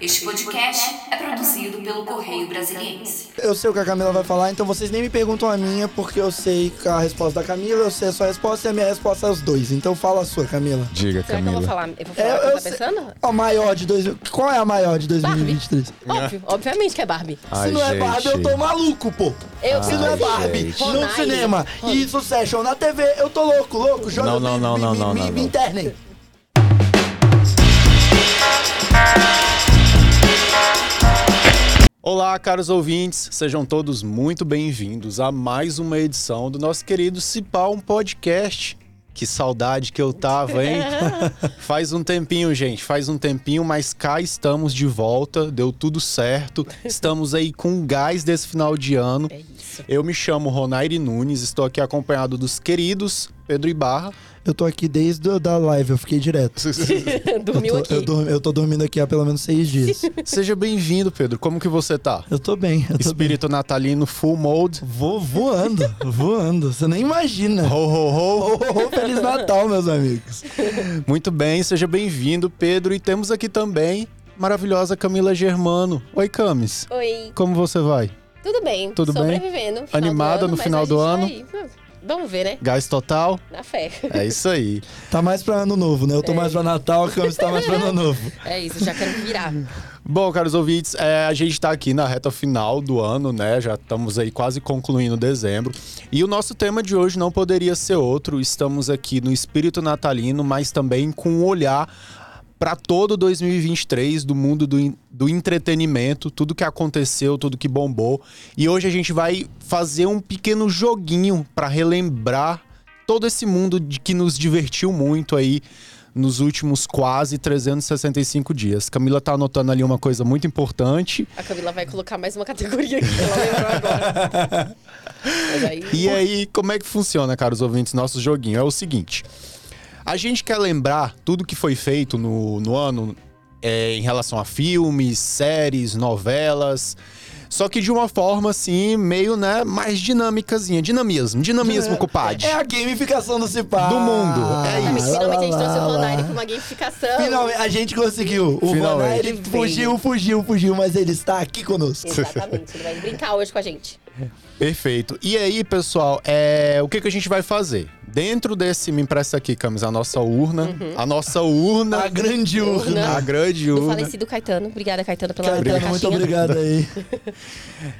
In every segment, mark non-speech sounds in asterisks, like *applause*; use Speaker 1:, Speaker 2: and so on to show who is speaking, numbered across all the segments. Speaker 1: Este podcast é produzido pelo Correio Brasiliense.
Speaker 2: Eu sei o que a Camila vai falar, então vocês nem me perguntam a minha, porque eu sei a resposta da Camila, eu sei a sua resposta e a minha resposta é os dois. Então fala a sua, Camila.
Speaker 3: Diga,
Speaker 4: Será que eu
Speaker 3: Camila.
Speaker 4: vou falar? Eu vou
Speaker 2: É,
Speaker 4: falar o que eu
Speaker 2: eu
Speaker 4: tô
Speaker 2: sei-
Speaker 4: Tá, pensando?
Speaker 2: A maior de dois, Qual é a maior de 2023?
Speaker 4: Óbvio, obviamente que é Barbie.
Speaker 3: Ai,
Speaker 2: Se não é
Speaker 3: gente.
Speaker 2: Barbie, eu tô maluco, pô.
Speaker 4: Eu
Speaker 2: Se não é
Speaker 3: Ai,
Speaker 2: Barbie,
Speaker 3: gente.
Speaker 2: no
Speaker 4: Ronai.
Speaker 2: cinema e Succession na TV, eu tô louco, louco. Joga
Speaker 3: Não, não,
Speaker 2: me-
Speaker 3: não,
Speaker 2: me-
Speaker 3: não,
Speaker 2: me-
Speaker 3: não,
Speaker 2: me-
Speaker 3: não,
Speaker 2: Me
Speaker 3: não.
Speaker 2: internem.
Speaker 3: Olá, caros ouvintes, sejam todos muito bem-vindos a mais uma edição do nosso querido Cipá, um podcast. Que saudade que eu tava,
Speaker 4: *laughs*
Speaker 3: hein? faz um tempinho, gente, faz um tempinho, mas cá estamos de volta, deu tudo certo. Estamos aí com o gás desse final de ano.
Speaker 4: É isso. *laughs*
Speaker 3: Eu me chamo Ronaire Nunes, estou aqui acompanhado dos queridos Pedro Ibarra.
Speaker 2: Eu tô aqui desde a da live, eu fiquei direto.
Speaker 4: Dormiu
Speaker 2: eu, tô, eu
Speaker 4: aqui.
Speaker 2: dormi- eu tô dormindo aqui há pelo menos seis
Speaker 4: *laughs*
Speaker 2: dias.
Speaker 3: Seja bem-vindo, Pedro. Como que você tá?
Speaker 2: Eu tô bem, eu tô bem.
Speaker 3: Espírito natalino full mode.
Speaker 2: Vou voando, voando. Você nem imagina.
Speaker 3: Ho, ho, ho.
Speaker 2: Oh, oh, oh, Feliz Natal, meus amigos.
Speaker 3: Muito bem, seja bem-vindo, Pedro. E temos aqui também a maravilhosa Camila Germano. Oi, Camis.
Speaker 4: Oi,
Speaker 3: Como você vai?
Speaker 4: tudo bem?
Speaker 3: Tudo bem?
Speaker 4: Sobrevivendo. final do
Speaker 3: Animada
Speaker 4: ano,
Speaker 3: no
Speaker 4: mas
Speaker 3: final
Speaker 4: a
Speaker 3: do
Speaker 4: gente vai aí. Vamos ver, né?
Speaker 3: Gás total?
Speaker 4: Na fé.
Speaker 3: É isso aí.
Speaker 2: Tá mais pra ano novo, né? Eu
Speaker 3: É.
Speaker 2: tô mais pra Natal, a Camis tá mais pra ano
Speaker 3: *laughs*
Speaker 2: novo.
Speaker 4: É isso, já quero virar.
Speaker 3: Bom, caros ouvintes, é, a gente tá aqui na reta final do ano, né? Já estamos aí quase concluindo dezembro. E o nosso tema de hoje não poderia ser outro. Estamos aqui no espírito natalino, mas também com um olhar para todo 2023 do mundo do, en- do entretenimento, tudo que aconteceu, tudo que bombou. E hoje a gente vai fazer um pequeno joguinho para relembrar todo esse mundo de que nos divertiu muito aí nos últimos quase 365 dias. Camila tá anotando ali uma coisa muito importante.
Speaker 2: *laughs*
Speaker 4: A Camila vai colocar mais uma categoria aqui, ela lembrou agora. Mas aí...
Speaker 3: E aí, como é que funciona, caros ouvintes, nosso joguinho? É o seguinte: a gente quer lembrar tudo que foi feito no, no ano é, em relação a filmes, séries, novelas. Só que de uma forma, assim, meio, né, mais dinâmicazinha. Dinamismo, dinamismo, compadre.
Speaker 2: É a gamificação do Cipá. Ah,
Speaker 3: Do mundo. É
Speaker 4: Tá,
Speaker 3: isso.
Speaker 4: mas finalmente a gente
Speaker 2: Lá, lá,
Speaker 4: trouxe o
Speaker 2: lá,
Speaker 4: Ronaldo
Speaker 2: lá.
Speaker 4: com uma gamificação.
Speaker 2: Finalmente, a gente conseguiu. O
Speaker 3: Finalmente.
Speaker 2: Ronai, ele
Speaker 4: Ele
Speaker 2: fugiu, fugiu, fugiu, mas ele está aqui conosco.
Speaker 4: Exatamente, ele vai brincar hoje com a gente.
Speaker 3: Perfeito. E aí, pessoal, é, o que, que a gente vai fazer? Dentro desse, me empresta aqui, Camis, a nossa urna. A nossa urna.
Speaker 2: A grande urna.
Speaker 3: A grande
Speaker 4: Do
Speaker 3: urna.
Speaker 4: falecido Caetano. Obrigada, Caetano, pela pela
Speaker 2: Caetano, muito
Speaker 4: caixinha.
Speaker 2: obrigado aí.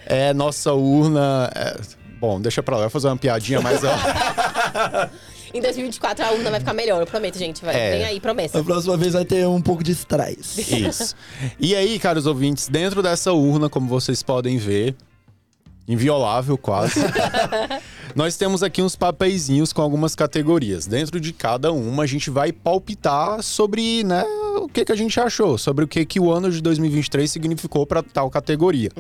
Speaker 3: É, nossa urna. é, Bom, deixa pra lá, eu vou fazer uma piadinha, mas é ó,
Speaker 4: Em 2024 a urna vai ficar melhor, eu prometo, gente. Vai.
Speaker 3: É.
Speaker 4: Vem aí, promessa.
Speaker 2: A próxima vez vai ter um pouco de stress.
Speaker 3: Isso. E aí, caros ouvintes, dentro dessa urna, como vocês podem ver,
Speaker 2: *laughs*
Speaker 3: inviolável quase, nós temos aqui uns papeizinhos com algumas categorias. Dentro de cada uma, a gente vai palpitar sobre, né, o que, que a gente achou, sobre o que, que o ano de 2023 significou para tal categoria.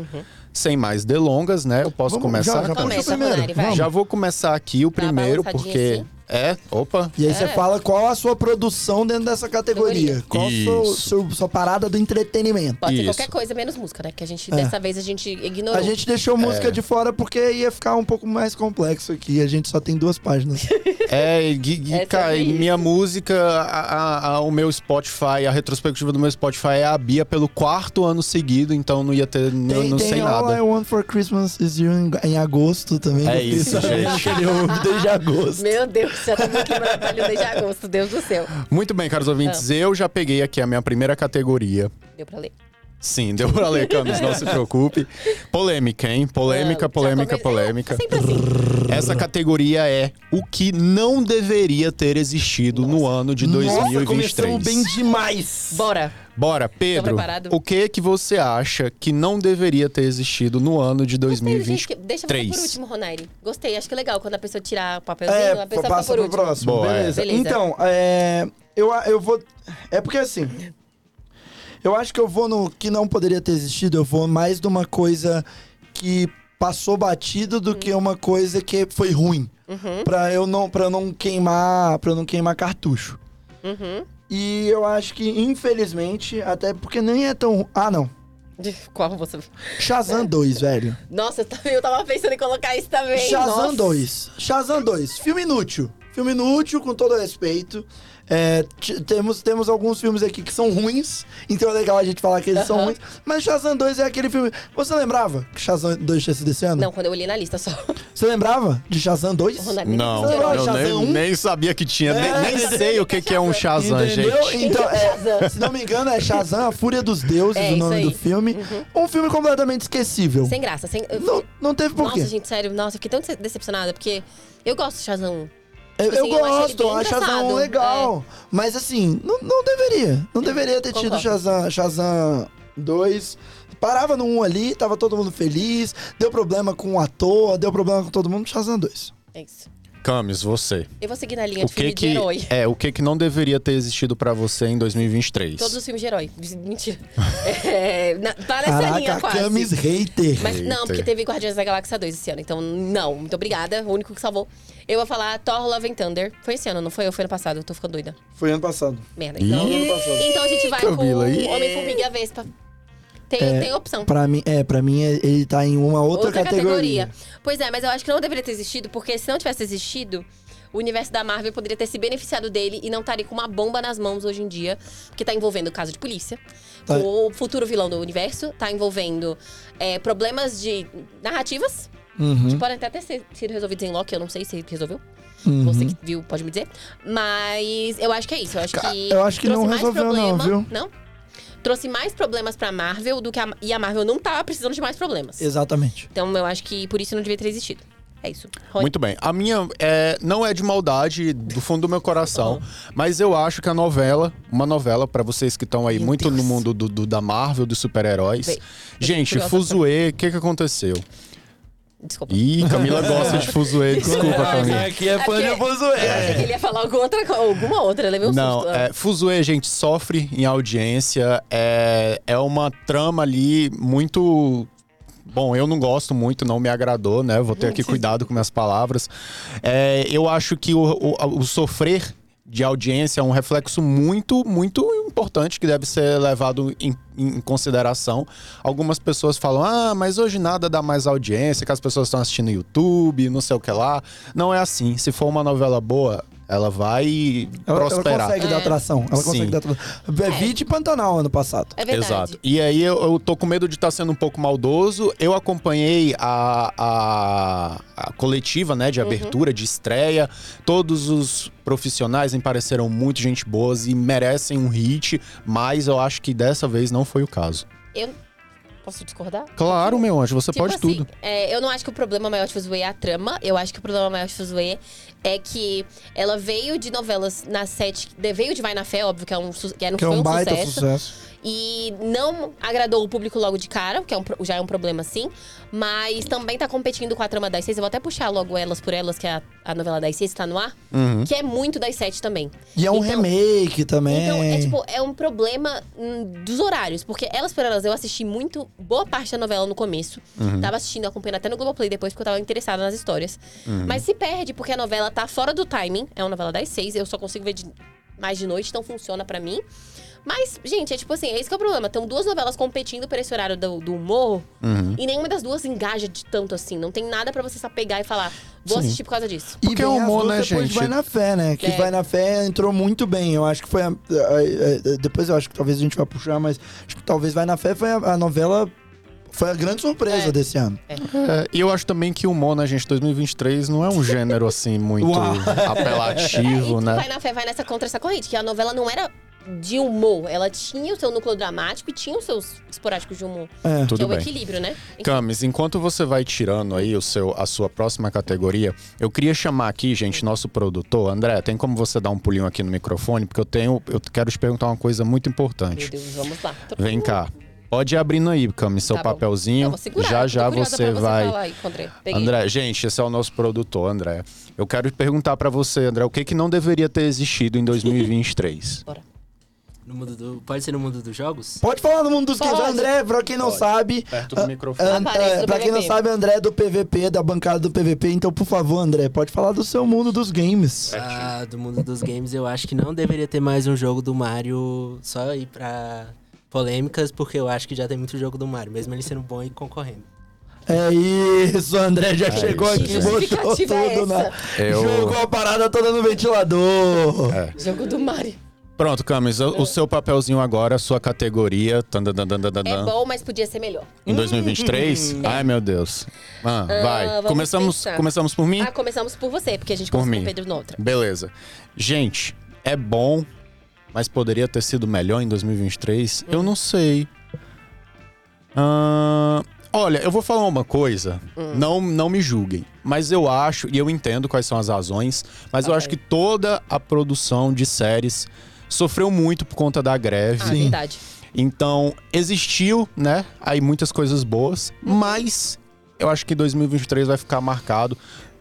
Speaker 3: Sem mais delongas, né, eu
Speaker 2: Uhum.
Speaker 3: posso
Speaker 2: Vamos,
Speaker 3: começar?
Speaker 2: já, já
Speaker 4: Começa,
Speaker 2: puxa o primeiro.
Speaker 4: Ronari, vai.
Speaker 2: Vamos.
Speaker 3: Já vou começar aqui o
Speaker 4: Dá uma
Speaker 3: primeiro,
Speaker 4: balançadinha
Speaker 3: porque...
Speaker 4: assim.
Speaker 3: É, opa,
Speaker 2: E aí você fala qual a sua produção dentro dessa categoria.
Speaker 4: Categoria.
Speaker 2: Qual a sua,
Speaker 3: Isso.
Speaker 2: seu- sua parada do entretenimento.
Speaker 4: Pode ser
Speaker 3: Isso.
Speaker 4: qualquer coisa, menos música, né? Que a gente, dessa vez, a gente ignorou.
Speaker 2: É. A gente deixou música de fora porque ia ficar um pouco mais complexo aqui. A gente só tem duas páginas.
Speaker 3: É, Gui, Gui,
Speaker 4: É sobre
Speaker 3: cara,
Speaker 4: isso.
Speaker 3: minha música, a- a- a- o meu Spotify, a retrospectiva do meu Spotify é a Bia pelo quarto ano seguido, então não ia ter, n- *laughs* eu
Speaker 2: tem,
Speaker 3: não
Speaker 2: tem é
Speaker 3: sei
Speaker 2: All I
Speaker 3: nada.
Speaker 2: Want for Christmas is You em, em agosto também.
Speaker 3: É
Speaker 2: que eu fiz
Speaker 3: isso, gente.
Speaker 2: um Aquele é um ovo *laughs* desde agosto.
Speaker 4: *laughs* Meu Deus, já tá muito trabalho desde agosto, Deus do céu.
Speaker 3: Muito bem, caros
Speaker 2: Ah.
Speaker 3: ouvintes, eu já peguei aqui a minha primeira categoria.
Speaker 4: Deu pra ler.
Speaker 3: Sim, deu pra ler,
Speaker 2: *laughs*
Speaker 3: Camis, não se preocupe. Polêmica, hein? Polêmica,
Speaker 4: Ah, já
Speaker 3: polêmica,
Speaker 4: come-
Speaker 3: polêmica.
Speaker 4: É, sempre assim.
Speaker 3: Essa categoria é o que não deveria ter existido no ano de
Speaker 2: Nossa,
Speaker 3: 2023.
Speaker 2: começamos bem demais.
Speaker 4: Bora.
Speaker 3: Bora, Pedro.
Speaker 4: preparado?
Speaker 3: O que que você acha que não deveria ter existido no ano de
Speaker 4: Tem gente que-
Speaker 3: 2023?
Speaker 4: Deixa eu ficar por último, Ronaire. Gostei, acho que é legal quando a pessoa tirar o papelzinho,
Speaker 2: É,
Speaker 4: a Tá pessoa fica
Speaker 2: passa
Speaker 4: por
Speaker 2: pro
Speaker 4: último.
Speaker 2: próximo.
Speaker 3: Boa, é.
Speaker 2: beleza.
Speaker 4: Beleza.
Speaker 2: Então, é, eu, eu vou. É porque assim. Eu acho que eu vou no que não poderia ter existido, eu vou mais de uma coisa que passou batido do
Speaker 4: Uhum.
Speaker 2: que uma coisa que foi ruim. Pra eu não, para não queimar, para não queimar cartucho.
Speaker 4: Uhum.
Speaker 2: E eu acho que infelizmente, até porque nem é tão, ah não,
Speaker 4: *laughs* Qual você.
Speaker 2: Shazam 2, velho.
Speaker 4: Nossa, eu tava- eu tava pensando em colocar isso também.
Speaker 2: Shazam
Speaker 4: Nossa.
Speaker 2: 2. Shazam 2. Filme inútil. Filme inútil, com todo respeito. É, t- temos, temos alguns filmes aqui que são ruins, então é legal a gente falar que eles são
Speaker 4: Aham.
Speaker 2: ruins. Mas Shazam 2 é aquele filme. Você lembrava que Shazam 2 tinha sido esse ano?
Speaker 4: Não, quando eu olhei na lista só. *laughs*
Speaker 2: Você lembrava de Shazam 2?
Speaker 4: Ronaldo,
Speaker 3: Não,
Speaker 4: nem
Speaker 2: Você
Speaker 3: eu
Speaker 4: lembro.
Speaker 2: não
Speaker 3: nem,
Speaker 2: Shazam um?
Speaker 3: nem sabia que tinha.
Speaker 2: É.
Speaker 3: nem, nem sei o que, que é um Shazam,
Speaker 2: Entendeu?
Speaker 3: gente.
Speaker 2: Então,
Speaker 4: Quem que é
Speaker 2: é,
Speaker 4: Shazam?
Speaker 2: se não me engano, é Shazam, a Fúria dos Deuses,
Speaker 4: É,
Speaker 2: o nome
Speaker 4: isso aí. Uhum.
Speaker 2: do filme. Um filme completamente esquecível.
Speaker 4: Sem graça, sem. eu
Speaker 2: Não,
Speaker 4: fiquei-
Speaker 2: não teve por
Speaker 4: Nossa,
Speaker 2: quê.
Speaker 4: gente, sério, nossa, eu fiquei tão dece- decepcionada, porque eu gosto de Shazam 1.
Speaker 2: Eu, eu
Speaker 4: Tipo assim, eu acho ele
Speaker 2: gosto,
Speaker 4: bem
Speaker 2: eu acho Shazam
Speaker 4: engraçado, É.
Speaker 2: legal. Mas assim, não, não deveria. Não deveria ter tido
Speaker 4: concordo.
Speaker 2: Shazam, Shazam 2. Parava no 1 ali, tava todo mundo feliz. Deu problema com o ator, deu problema com todo mundo. Shazam 2.
Speaker 4: É isso.
Speaker 3: Camis, você.
Speaker 4: Eu vou seguir na linha
Speaker 3: O
Speaker 4: de filme
Speaker 3: que
Speaker 4: de
Speaker 3: que,
Speaker 4: herói.
Speaker 3: é, o que que não deveria ter existido pra você em 2023?
Speaker 4: Todos os filmes de herói. *laughs* Mentira. É, na- tá nessa linha,
Speaker 2: Caraca,
Speaker 4: quase.
Speaker 2: Camis hater.
Speaker 4: Mas não, porque
Speaker 3: Hater.
Speaker 4: teve Guardiões da Galáxia 2 esse ano, então não. Muito obrigada, o único que salvou. Eu vou falar Thor Love and Thunder. Foi esse ano, não foi? Ou foi ano passado? Eu tô ficando doida.
Speaker 2: Foi ano passado.
Speaker 4: Merda. Então,
Speaker 3: Ih,
Speaker 4: então a gente vai
Speaker 3: Camila,
Speaker 4: com
Speaker 3: ih.
Speaker 4: Homem-Formiga e a Vespa. Tem,
Speaker 2: É,
Speaker 4: tem opção.
Speaker 2: Pra mim, é, pra mim é- ele tá em uma outra,
Speaker 4: Então. Outra
Speaker 2: categoria.
Speaker 4: categoria. Pois é, mas eu acho que não deveria ter existido, porque se não tivesse existido, o universo da Marvel poderia ter se beneficiado dele e não estaria com uma bomba nas mãos hoje em dia, porque tá envolvendo caso de polícia,
Speaker 2: Tá.
Speaker 4: o futuro vilão do universo, tá envolvendo é, problemas de narrativas,
Speaker 2: Uhum.
Speaker 4: que podem até ter se- sido resolvidos em Loki, eu não sei se resolveu.
Speaker 2: Uhum.
Speaker 4: Você que viu, pode me dizer. Mas eu acho que é isso. Eu acho
Speaker 2: Ca-
Speaker 4: que.
Speaker 2: eu acho que
Speaker 4: trouxe
Speaker 2: não
Speaker 4: mais
Speaker 2: resolveu não, viu?
Speaker 4: Não? Trouxe mais problemas pra Marvel do que a, e a Marvel não tava precisando de mais problemas.
Speaker 2: Exatamente.
Speaker 4: Então eu acho que por isso não devia ter existido. É isso. Rony.
Speaker 3: Muito bem. A minha é, não é de maldade, do fundo do meu coração,
Speaker 4: Uhum.
Speaker 3: mas eu acho que a novela, uma novela pra vocês que estão aí muito no mundo do, do- da Marvel, dos super-heróis.
Speaker 4: Bem, eu
Speaker 3: Gente,
Speaker 4: tô curiosa
Speaker 3: Fuzue, o que, que aconteceu?
Speaker 4: Desculpa.
Speaker 3: Ih, Camila gosta de Fuzue, desculpa, Camila.
Speaker 2: Aqui é
Speaker 4: porque- Eu achei que ele ia falar alguma outra, co- alguma outra, eu levei um
Speaker 3: Não,
Speaker 4: susto.
Speaker 3: é, Fuzue, gente, sofre em audiência. É, é uma trama ali muito. Bom, eu não gosto muito, não me agradou, né? Vou ter aqui cuidado com minhas palavras. É, eu acho que o, o- o sofrer de audiência é um reflexo muito, muito importante que deve ser levado em, em consideração. Algumas pessoas falam, ah, mas hoje nada dá mais audiência, que as pessoas estão assistindo YouTube, não sei o que lá. Não é assim. Se for uma novela boa, ela vai
Speaker 2: Ela, ela
Speaker 3: prosperar.
Speaker 2: consegue dar
Speaker 4: É.
Speaker 2: atração. Ela consegue
Speaker 3: Sim.
Speaker 2: dar atração. Bevite Pantanal ano passado.
Speaker 4: É verdade.
Speaker 3: Exato. E aí eu, eu tô com medo de estar sendo um pouco maldoso. Eu acompanhei a, a, a coletiva, né,
Speaker 4: Uhum.
Speaker 3: de abertura, de estreia. Todos os profissionais me pareceram muito gente boas e merecem um hit, mas eu acho que dessa vez não foi o caso.
Speaker 4: Eu posso discordar?
Speaker 3: Claro, meu anjo, você
Speaker 4: Tipo
Speaker 3: pode
Speaker 4: assim,
Speaker 3: tudo.
Speaker 4: é, eu não acho que o problema maior de Fuzue é a trama. Eu acho que o problema maior de Fuzue é que ela veio de novelas na sete. de- Veio de Vai na Fé, óbvio, que é um, su- que é,
Speaker 2: Que é
Speaker 4: foi
Speaker 2: um
Speaker 4: um
Speaker 2: baita
Speaker 4: sucesso.
Speaker 2: sucesso.
Speaker 4: E não agradou o público logo de cara, o que é um pro- já é um problema sim. Mas também tá competindo com a trama das seis. Eu vou até puxar logo Elas por Elas, que é a, a novela das seis que tá no ar. Que é muito das sete também.
Speaker 2: E é um
Speaker 4: Então-
Speaker 2: remake também.
Speaker 4: Então, é tipo, é um problema hum, dos horários. Porque Elas por Elas, eu assisti muito, boa parte da novela no começo. Tava assistindo, acompanhando até no Globoplay depois, porque eu tava interessada nas histórias. Mas se perde, porque a novela tá fora do timing. É uma novela das seis, eu só consigo ver de- mais de noite, então funciona pra mim. Mas, gente, é tipo assim, é esse que é o problema. Estão duas novelas competindo por esse horário do, do humor. E nenhuma das duas engaja de tanto assim. Não tem nada pra você só pegar e falar, vou assistir por causa disso.
Speaker 2: E
Speaker 3: Porque é
Speaker 2: vem as
Speaker 3: humor,
Speaker 2: duas
Speaker 3: né,
Speaker 2: depois de
Speaker 3: gente?
Speaker 2: Vai na Fé, né? Que
Speaker 4: É.
Speaker 2: Vai na Fé entrou muito bem. Eu acho que foi a, a- a- Depois eu acho que talvez a gente vai puxar, mas acho que talvez Vai na Fé foi a, a novela. Foi a grande surpresa
Speaker 4: É.
Speaker 2: desse ano.
Speaker 3: É, E eu acho também que o Mona, gente, 2023 não é um gênero assim muito
Speaker 2: Uau.
Speaker 3: apelativo,
Speaker 4: E
Speaker 3: né?
Speaker 4: Vai na fé, vai nessa contra essa corrente, que a novela não era de humor, ela tinha o seu núcleo dramático e tinha os seus esporádicos de humor,
Speaker 2: É.
Speaker 4: que é
Speaker 3: Tudo
Speaker 4: o
Speaker 3: bem. Então,
Speaker 4: equilíbrio, né?
Speaker 3: Camis, enquanto você vai tirando aí o seu, a sua próxima categoria, eu queria chamar aqui, gente, nosso produtor. André, tem como você dar um pulinho aqui no microfone? Porque eu tenho. Eu quero te perguntar uma coisa muito
Speaker 4: Meu
Speaker 3: importante.
Speaker 4: Deus, vamos lá.
Speaker 3: Vem cá. Pode ir abrindo aí, Camis, seu
Speaker 4: Tá bom. Eu
Speaker 3: papelzinho.
Speaker 4: vou segurar,
Speaker 3: já
Speaker 4: tô
Speaker 3: já
Speaker 4: curiosa
Speaker 3: você
Speaker 4: pra
Speaker 3: vai.
Speaker 4: falar aí, André. Peguei.
Speaker 3: André, gente, esse é o nosso produtor, André. Eu quero perguntar pra você, André, o que que não deveria ter existido em
Speaker 4: *laughs*
Speaker 3: 2023?
Speaker 4: Bora.
Speaker 5: No mundo do... Pode ser no mundo dos jogos?
Speaker 2: Pode falar do mundo dos games.
Speaker 4: Pode.
Speaker 2: André, pra quem não
Speaker 3: Pode. É.
Speaker 2: sabe.
Speaker 3: Perto do
Speaker 2: ah,
Speaker 3: microfone.
Speaker 2: ah,
Speaker 4: Aparece
Speaker 2: ah,
Speaker 4: do
Speaker 2: pra quem não
Speaker 4: PVP.
Speaker 2: sabe, André é do PVP, da bancada do PVP. Então, por favor, André, pode falar do seu mundo dos games.
Speaker 3: É.
Speaker 5: Ah, do mundo dos games eu acho que não deveria ter mais um jogo do Mario só ir pra polêmicas, porque eu acho que já tem muito jogo do Mario, mesmo ele sendo bom e concorrendo.
Speaker 2: É isso, o André já chegou aqui e
Speaker 4: justificativa
Speaker 2: botou
Speaker 4: é
Speaker 2: tudo
Speaker 4: essa?
Speaker 2: na.
Speaker 3: É Eu- É.
Speaker 2: Jogou a parada toda no ventilador.
Speaker 4: Jogo do Mario.
Speaker 3: Pronto, Camis, o, o seu papelzinho agora, a sua categoria, tan, tan, tan, tan, tan,
Speaker 4: É
Speaker 3: tan,
Speaker 4: bom, mas podia ser melhor.
Speaker 3: em
Speaker 4: hum,
Speaker 3: 2023? Ai, meu Deus. Ah, vai.
Speaker 4: vamos
Speaker 3: Começamos,
Speaker 4: pensar.
Speaker 3: começamos por mim?
Speaker 4: Ah, começamos por você, porque a gente
Speaker 3: Por
Speaker 4: começou com
Speaker 3: mim.
Speaker 4: o Pedro noutra.
Speaker 3: Beleza. Gente, é bom, mas poderia ter sido melhor em 2023?
Speaker 4: Hum.
Speaker 3: Eu não sei. Ahn, olha, eu vou falar uma coisa.
Speaker 4: Hum.
Speaker 3: Não, não me julguem. Mas eu acho, e eu entendo quais são as razões, mas eu acho que toda a produção de séries sofreu muito por conta da greve.
Speaker 4: Ah, verdade.
Speaker 3: Então, existiu, né? Aí muitas coisas boas, mas eu acho que 2023 vai ficar marcado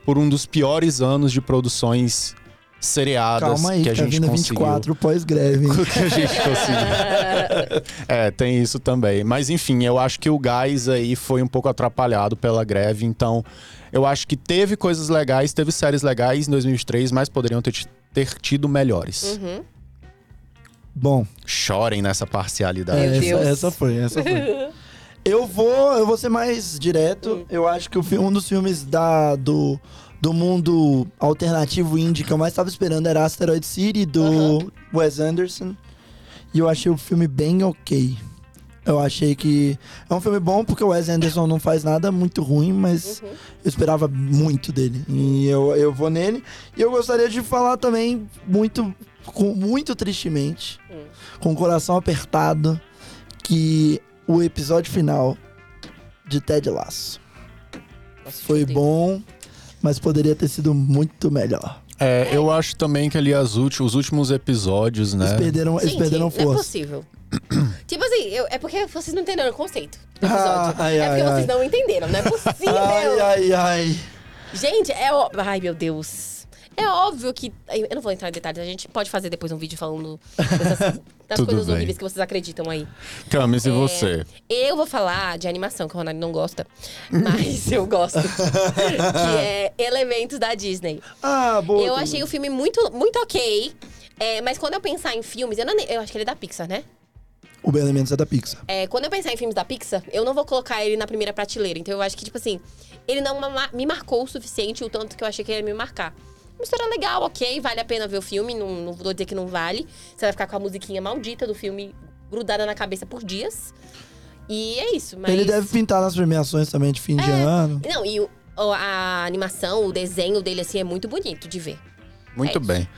Speaker 3: por um dos piores anos de produções seriadas
Speaker 2: Calma aí,
Speaker 3: que a
Speaker 2: tá
Speaker 3: gente
Speaker 2: vindo
Speaker 3: conseguiu.
Speaker 2: 24 pós-greve. hein?
Speaker 3: *laughs* Que a gente conseguiu. é, tem isso também. Mas enfim, eu acho que o gás aí foi um pouco atrapalhado pela greve, então eu acho que teve coisas legais, teve séries legais em 2023, mas poderiam ter, ti- ter tido melhores.
Speaker 4: Uhum.
Speaker 2: Bom,
Speaker 3: Chorem nessa parcialidade.
Speaker 2: é, essa,
Speaker 4: Deus.
Speaker 2: essa foi, essa foi. Eu vou, eu vou ser mais direto. Eu acho que o fi- um dos filmes da, do, do mundo alternativo indie que eu mais tava esperando era Asteroid City, do
Speaker 4: Aham.
Speaker 2: Wes Anderson. E eu achei o filme bem ok. Eu achei que. É um filme bom porque o Wes Anderson não faz nada muito ruim, mas eu esperava muito dele. E eu, eu vou nele. E eu gostaria de falar também, muito, com, muito tristemente, com o coração apertado, que o episódio final de Ted Lasso
Speaker 4: Nossa,
Speaker 2: foi
Speaker 4: chutei.
Speaker 2: bom, mas poderia ter sido muito melhor.
Speaker 3: É, eu acho também que ali as ulti- os últimos episódios, né?
Speaker 2: Eles perderam, eles
Speaker 4: Gente,
Speaker 2: perderam
Speaker 4: Não é
Speaker 2: força.
Speaker 4: possível. *clears throat* tipo assim, eu- é porque vocês não entenderam o conceito do
Speaker 2: Ah,
Speaker 4: episódio.
Speaker 2: ai,
Speaker 4: é porque
Speaker 2: ai,
Speaker 4: vocês
Speaker 2: ai.
Speaker 4: não
Speaker 2: *laughs*
Speaker 4: entenderam, não é possível.
Speaker 2: Ai, ai, ai.
Speaker 4: Gente, é óbvio. Ai, meu Deus. É óbvio que. Eu não vou entrar em detalhes, a gente pode fazer depois um vídeo falando
Speaker 3: *laughs*
Speaker 4: dessas, das
Speaker 3: Tudo
Speaker 4: coisas
Speaker 3: bem.
Speaker 4: horríveis que vocês acreditam aí.
Speaker 3: Camis,
Speaker 4: É,
Speaker 3: e você?
Speaker 4: Eu vou falar de animação, que o Ronaldo não gosta, mas eu gosto.
Speaker 3: *laughs*
Speaker 4: que é Elementos da Disney.
Speaker 2: Ah, boa.
Speaker 4: Eu achei o filme muito, muito ok. é, mas quando eu pensar em filmes, eu, não- eu acho que ele é da Pixar, né?
Speaker 2: O Bem Elementos é da Pixar.
Speaker 4: É, quando eu pensar em filmes da Pixar, eu não vou colocar ele na primeira prateleira. Então eu acho que, tipo assim, ele não ma- me marcou o suficiente o tanto que eu achei que ele ia me marcar. Uma história legal, ok, vale a pena ver o filme, não, não vou dizer que não vale. Você vai ficar com a musiquinha maldita do filme grudada na cabeça por dias. E é isso, mas. É.
Speaker 2: Ele deve pintar nas premiações também de fim de ano.
Speaker 4: Não, e o- o- a animação, o desenho dele, assim, é muito bonito de ver.
Speaker 3: Muito
Speaker 4: É isso.
Speaker 3: bem.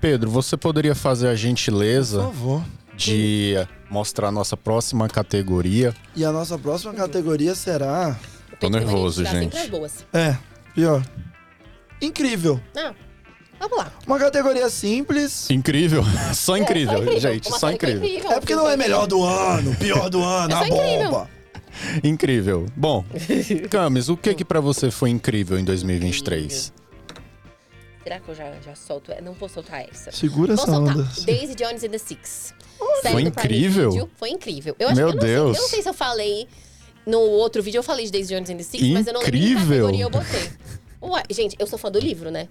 Speaker 3: Pedro, você poderia fazer a
Speaker 2: Por
Speaker 3: gentileza
Speaker 2: favor.
Speaker 3: de mostrar a nossa próxima categoria?
Speaker 2: E a nossa próxima categoria será.
Speaker 4: O
Speaker 3: Tô
Speaker 4: Pedro
Speaker 3: nervoso,
Speaker 4: Corrêa dá sempre
Speaker 3: gente.
Speaker 4: as boas.
Speaker 2: É, pior. Incrível.
Speaker 4: Ah, vamos lá.
Speaker 2: Uma categoria simples.
Speaker 3: Incrível. *laughs* Só incrível,
Speaker 4: É,
Speaker 3: gente.
Speaker 4: Uma
Speaker 3: Só
Speaker 4: série que
Speaker 3: incrível.
Speaker 2: É porque não é
Speaker 4: incrível.
Speaker 2: melhor do ano, pior do ano,
Speaker 4: É
Speaker 2: a
Speaker 4: só é incrível.
Speaker 2: bomba.
Speaker 3: Incrível.
Speaker 4: *laughs*
Speaker 3: Bom, Camis, o que que para você foi incrível em 2023?
Speaker 4: Será que eu já, já solto? É, Não vou soltar essa.
Speaker 2: Segura
Speaker 4: Vou
Speaker 2: essa
Speaker 4: soltar.
Speaker 2: onda.
Speaker 4: tá. Daisy Jones and the Six.
Speaker 3: Foi
Speaker 4: Série do Prime
Speaker 3: incrível.
Speaker 4: Video. Foi incrível. Eu acho
Speaker 3: Meu
Speaker 4: que eu não sei-
Speaker 3: Deus.
Speaker 4: eu não sei se eu falei no outro vídeo, eu falei de Daisy Jones and the Six, mas eu não lembro em que
Speaker 3: Incrível.
Speaker 4: categoria eu botei. Ué, gente, eu sou fã do livro, né?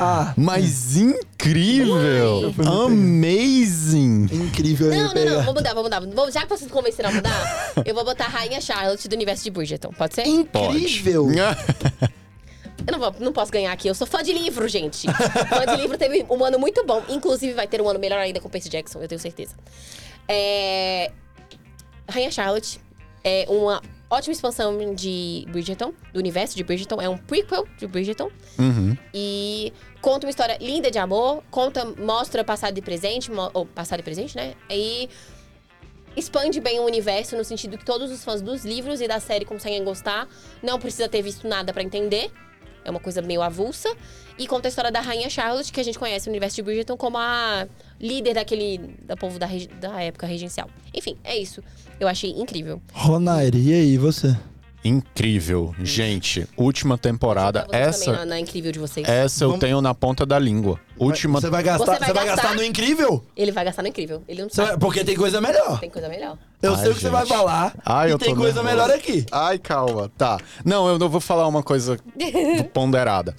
Speaker 2: Ah,
Speaker 3: Mas incrível!
Speaker 2: Uai.
Speaker 3: Amazing!
Speaker 2: incrível.
Speaker 4: Não,
Speaker 2: ele
Speaker 4: não,
Speaker 2: pega.
Speaker 4: não, vou mudar, vou mudar. Vou- já que vocês me convenceram a mudar, eu vou botar Rainha Charlotte do universo de Bridgerton, pode ser?
Speaker 3: Pode.
Speaker 2: É Incrível.
Speaker 4: Eu não, vou- não posso ganhar aqui, eu sou fã de livro, gente. fã de livro teve um ano muito bom. Inclusive, vai ter um ano melhor ainda com Percy Jackson, eu tenho certeza. É... Rainha Charlotte é uma ótima expansão de Bridgerton, do universo de Bridgerton. É um prequel de Bridgerton.
Speaker 3: Uhum.
Speaker 4: E conta uma história linda de amor, conta, mostra passado e presente, mo- ou passado e presente, né? E expande bem o universo no sentido que todos os fãs dos livros e da série conseguem gostar, não precisa ter visto nada pra entender. É uma coisa meio avulsa. E conta a história da Rainha Charlotte, que a gente conhece no universo de Bridgerton como a líder daquele. da povo da, regi- da época regencial. Enfim, é isso. Eu achei incrível.
Speaker 2: Ronaire, e aí, você?
Speaker 3: *laughs* Incrível. Gente, última
Speaker 2: Ah,
Speaker 3: temporada.
Speaker 4: Pra vocês também,
Speaker 3: Essa,
Speaker 4: né? na, na incrível de vocês.
Speaker 3: essa eu
Speaker 2: Vamos-
Speaker 3: tenho na ponta da língua. Última
Speaker 2: Você vai gastar,
Speaker 4: Você vai
Speaker 2: você vai
Speaker 4: gastar?
Speaker 2: gastar no incrível?
Speaker 4: Ele vai gastar no incrível. Ele não
Speaker 2: Você
Speaker 4: sabe.
Speaker 2: vai- porque tem coisa melhor.
Speaker 4: Tem coisa melhor.
Speaker 2: Eu
Speaker 3: Ai,
Speaker 2: sei o que você
Speaker 3: gente.
Speaker 2: vai falar. e
Speaker 3: Ai, eu
Speaker 2: tem
Speaker 3: tô
Speaker 2: coisa
Speaker 3: nervoso.
Speaker 2: melhor aqui. *laughs*
Speaker 3: Ai, calma. Tá. Não, eu não vou falar uma coisa ponderada.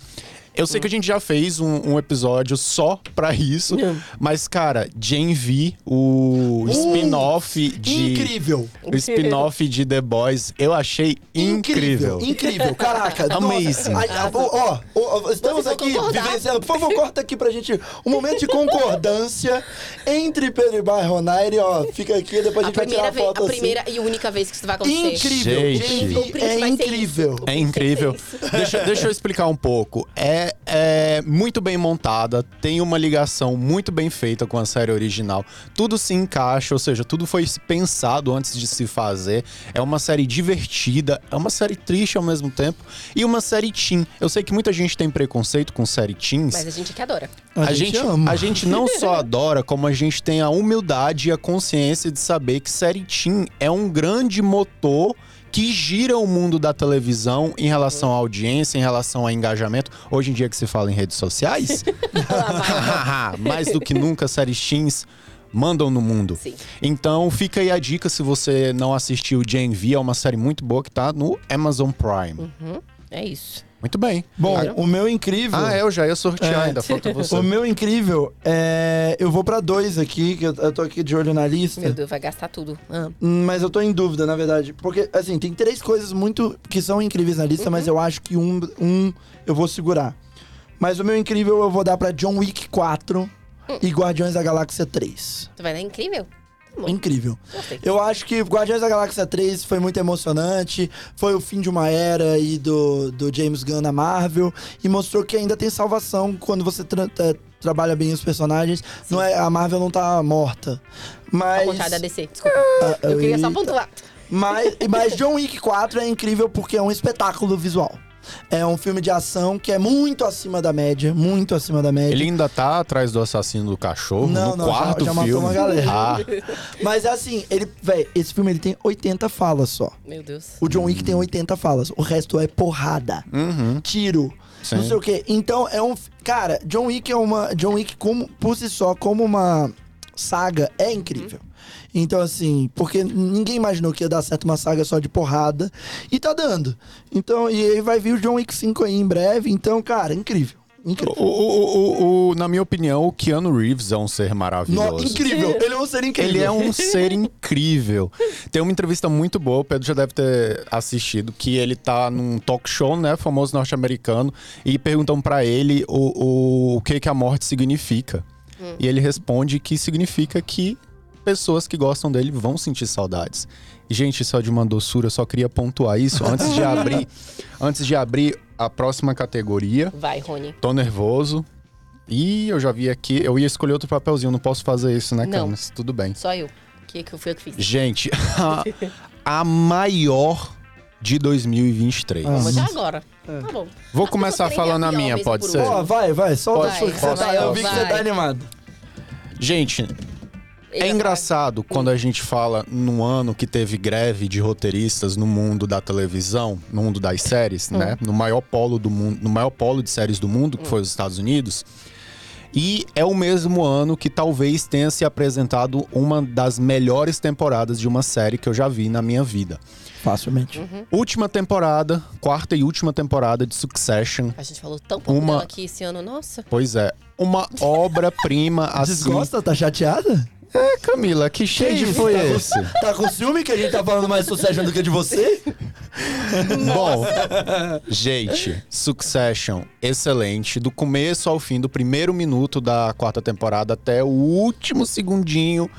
Speaker 3: Eu sei que a gente já fez um, um episódio só pra isso,
Speaker 5: Hum.
Speaker 3: mas, cara, Gen V, o
Speaker 2: Uh,
Speaker 3: spin-off de.
Speaker 2: Incrível.
Speaker 3: O spin-off de The Boys, eu achei incrível.
Speaker 2: Incrível, incrível,
Speaker 3: *laughs*
Speaker 2: caraca. nossa.
Speaker 3: Amazing.
Speaker 2: Ai, ah, vou- Ó, ó, estamos
Speaker 4: vão
Speaker 2: aqui
Speaker 4: concordar.
Speaker 2: vivenciando. Por favor, corta aqui pra gente um momento de concordância entre Pedro Ibar e Ronaire, ó. Fica aqui, depois a
Speaker 4: A
Speaker 2: gente vai tirar
Speaker 4: primeira,
Speaker 2: a
Speaker 4: vez,
Speaker 2: foto
Speaker 4: a
Speaker 2: assim.
Speaker 4: primeira e única vez que isso vai acontecer.
Speaker 2: Incrível,
Speaker 3: Gente.
Speaker 2: Gen
Speaker 4: O
Speaker 2: V
Speaker 4: print
Speaker 2: é
Speaker 4: vai ser
Speaker 2: incrível.
Speaker 4: isso.
Speaker 3: É incrível. *laughs* Deixa, deixa eu explicar um pouco. É, é muito bem montada, tem uma ligação muito bem feita com a série original. Tudo se encaixa, ou seja, tudo foi pensado antes de se fazer. É uma série divertida, é uma série triste ao mesmo tempo e uma série teen. Eu sei que muita gente tem preconceito com série teens.
Speaker 4: Mas a gente é que adora.
Speaker 3: A gente,
Speaker 2: ama.
Speaker 3: a gente não só adora, como a gente tem a humildade e a consciência de saber que série Team é um grande motor que gira o mundo da televisão em relação à audiência, em relação a engajamento. Hoje em dia que se fala em redes sociais, *laughs*
Speaker 4: Lá vai.
Speaker 3: mais do que nunca, séries teens mandam no mundo.
Speaker 4: Sim.
Speaker 3: Então fica aí a dica se você não assistiu Gen V, é uma série muito boa que tá no Amazon Prime.
Speaker 4: É isso.
Speaker 3: Muito bem.
Speaker 2: Bom, o meu incrível.
Speaker 3: Ah, é, eu já ia sortear,
Speaker 2: É.
Speaker 3: ainda falta você.
Speaker 2: *laughs* O meu incrível é. Eu vou pra dois aqui, que eu, eu tô aqui de olho na lista.
Speaker 4: Meu Deus, vai gastar tudo. Ah,
Speaker 2: Hum, Mas eu tô em dúvida, na verdade. Porque, assim, tem três coisas muito que são incríveis na lista,
Speaker 4: Uhum.
Speaker 2: mas eu acho que um, um eu vou segurar. Mas o meu incrível eu vou dar pra John Wick 4
Speaker 4: Hum.
Speaker 2: e Guardiões da Galáxia 3.
Speaker 4: tu vai dar incrível? Muito.
Speaker 2: Incrível.
Speaker 4: Gostei.
Speaker 2: Eu acho que Guardiões da Galáxia 3 foi muito emocionante, foi o fim de uma era aí do, do James Gunn na Marvel e mostrou que ainda tem salvação quando você tra- eh, trabalha bem os personagens. Não é, a Marvel não tá morta.
Speaker 4: Ao
Speaker 2: Mas.
Speaker 4: contrário da DC, desculpa.
Speaker 2: É Ah,
Speaker 4: Eu queria só
Speaker 2: eita.
Speaker 4: pontuar. *laughs*
Speaker 2: Mas, mas John Wick 4 é incrível porque é um espetáculo visual. É um filme de ação que é muito acima da média, muito acima da média.
Speaker 3: Ele ainda tá atrás do assassino do cachorro
Speaker 2: Não,
Speaker 3: no
Speaker 2: não, já-
Speaker 3: quarto
Speaker 2: já matou
Speaker 3: filme.
Speaker 2: uma galera.
Speaker 3: Ah,
Speaker 2: Mas é assim, ele, véi, esse filme ele tem 80 falas só.
Speaker 4: Meu Deus.
Speaker 2: O John Wick tem 80 falas, o resto é porrada, tiro, não
Speaker 3: Uhum. Sim.
Speaker 2: sei o quê. Então é um, f- cara, John Wick é uma, John Wick como por si só como uma saga é incrível.
Speaker 3: Uhum.
Speaker 2: Então assim, porque ninguém imaginou que ia dar certo uma saga só de porrada e tá dando. Então e aí vai vir o John Wick 5 aí em breve, então cara, incrível, incrível.
Speaker 3: o, o- o- o- na minha opinião, o Keanu Reeves é um ser maravilhoso.
Speaker 2: No- incrível, ele é um ser incrível.
Speaker 3: Ele é um ser incrível. Tem uma entrevista muito boa, o Pedro já deve ter assistido, que ele tá num talk show, né, famoso norte-americano, e perguntam pra ele o, o, o que que a morte significa. E ele responde que significa que pessoas que gostam dele vão sentir saudades. E, gente, isso é de uma doçura, eu só queria pontuar isso antes de abrir, antes de abrir a próxima categoria.
Speaker 4: Vai, Rony.
Speaker 3: Tô nervoso. Ih, eu já vi aqui. Eu ia escolher outro papelzinho, não posso fazer isso, né,
Speaker 4: Não.
Speaker 3: Camus? Tudo bem.
Speaker 4: Só eu. Que, que foi eu que fiz.
Speaker 3: Gente, *laughs* a, a maior de 2023.
Speaker 2: Ah.
Speaker 4: Vou botar agora.
Speaker 2: É.
Speaker 4: Tá bom.
Speaker 3: Vou
Speaker 4: As
Speaker 3: começar
Speaker 4: pessoas
Speaker 3: falando a
Speaker 4: querem
Speaker 3: minha,
Speaker 4: ver a
Speaker 3: pode
Speaker 4: mesma
Speaker 3: ser?
Speaker 4: por
Speaker 2: Ó, vai, vai, solta a
Speaker 4: Vai,
Speaker 2: sua que você
Speaker 4: posso,
Speaker 2: tá, eu vi que você
Speaker 4: vai.
Speaker 2: tá animado.
Speaker 3: Gente, é
Speaker 4: Ele
Speaker 3: engraçado quando a gente fala num ano que teve greve de roteiristas no mundo da televisão, no mundo das séries, né? No maior polo do mundo, no maior polo de séries do mundo, que foi os Estados Unidos. E é o mesmo ano que talvez tenha se apresentado uma das melhores temporadas de uma série que eu já vi na minha vida.
Speaker 2: Facilmente.
Speaker 4: Uhum.
Speaker 3: Última temporada, quarta e última temporada de Succession.
Speaker 4: A gente falou tão pouco
Speaker 3: Uma-
Speaker 4: dela aqui esse ano, nossa.
Speaker 3: Pois é, uma obra-prima *laughs* assim.
Speaker 2: Desgosta? Tá chateada?
Speaker 3: É, Camila, que shade
Speaker 2: isso?
Speaker 3: foi
Speaker 2: Tá com-
Speaker 3: esse? *laughs*
Speaker 2: Tá com ciúme que a gente tá falando mais sucesso do que de você?
Speaker 3: Bom, gente, Succession, excelente. Do começo ao fim, do primeiro minuto da quarta temporada até o último segundinho,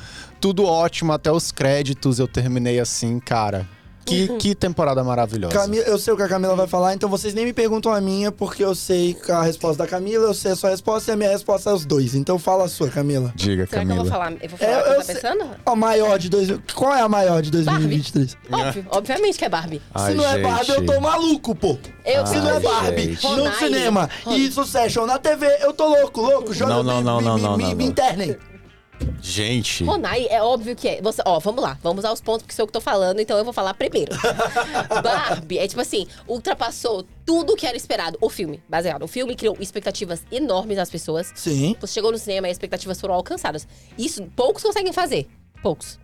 Speaker 3: tudo ótimo, até os créditos eu terminei assim, cara. Que,
Speaker 4: Uhum.
Speaker 3: que temporada maravilhosa.
Speaker 2: Camila, eu sei o que a Camila vai falar, então vocês nem me perguntam a minha, porque eu sei a resposta da Camila, eu sei a sua resposta e a minha resposta é os dois. Então fala a sua, Camila.
Speaker 3: Diga,
Speaker 4: Será que eu
Speaker 3: Camila.
Speaker 4: vou falar? Eu vou falar
Speaker 2: É,
Speaker 4: o que
Speaker 2: eu
Speaker 4: eu tá
Speaker 2: sei-
Speaker 4: pensando?
Speaker 2: A maior de dois... Qual é a maior de 2023?
Speaker 4: Óbvio, obviamente que é Barbie.
Speaker 3: Ai,
Speaker 2: Se não é
Speaker 3: gente.
Speaker 2: Barbie, eu tô maluco, pô.
Speaker 4: Eu
Speaker 2: Se não é
Speaker 3: Ai,
Speaker 2: Barbie,
Speaker 3: gente.
Speaker 2: no
Speaker 4: Ronai.
Speaker 2: cinema e Succession na TV, eu tô louco, louco. Joga
Speaker 3: Não, não,
Speaker 2: me,
Speaker 3: não,
Speaker 2: me,
Speaker 3: não,
Speaker 2: me,
Speaker 3: não,
Speaker 2: me,
Speaker 3: não,
Speaker 2: me
Speaker 3: não.
Speaker 2: internem.
Speaker 3: Gente.
Speaker 4: Ronai, é óbvio que é. Você, ó, vamos lá, vamos aos pontos, porque sou eu que tô falando, então eu vou falar
Speaker 2: *laughs*
Speaker 4: primeiro. Barbie é tipo assim, ultrapassou tudo que era esperado. O filme, baseado. O filme criou expectativas enormes nas pessoas.
Speaker 2: Sim.
Speaker 4: Você chegou no cinema e as expectativas foram alcançadas. Isso poucos conseguem fazer. Poucos.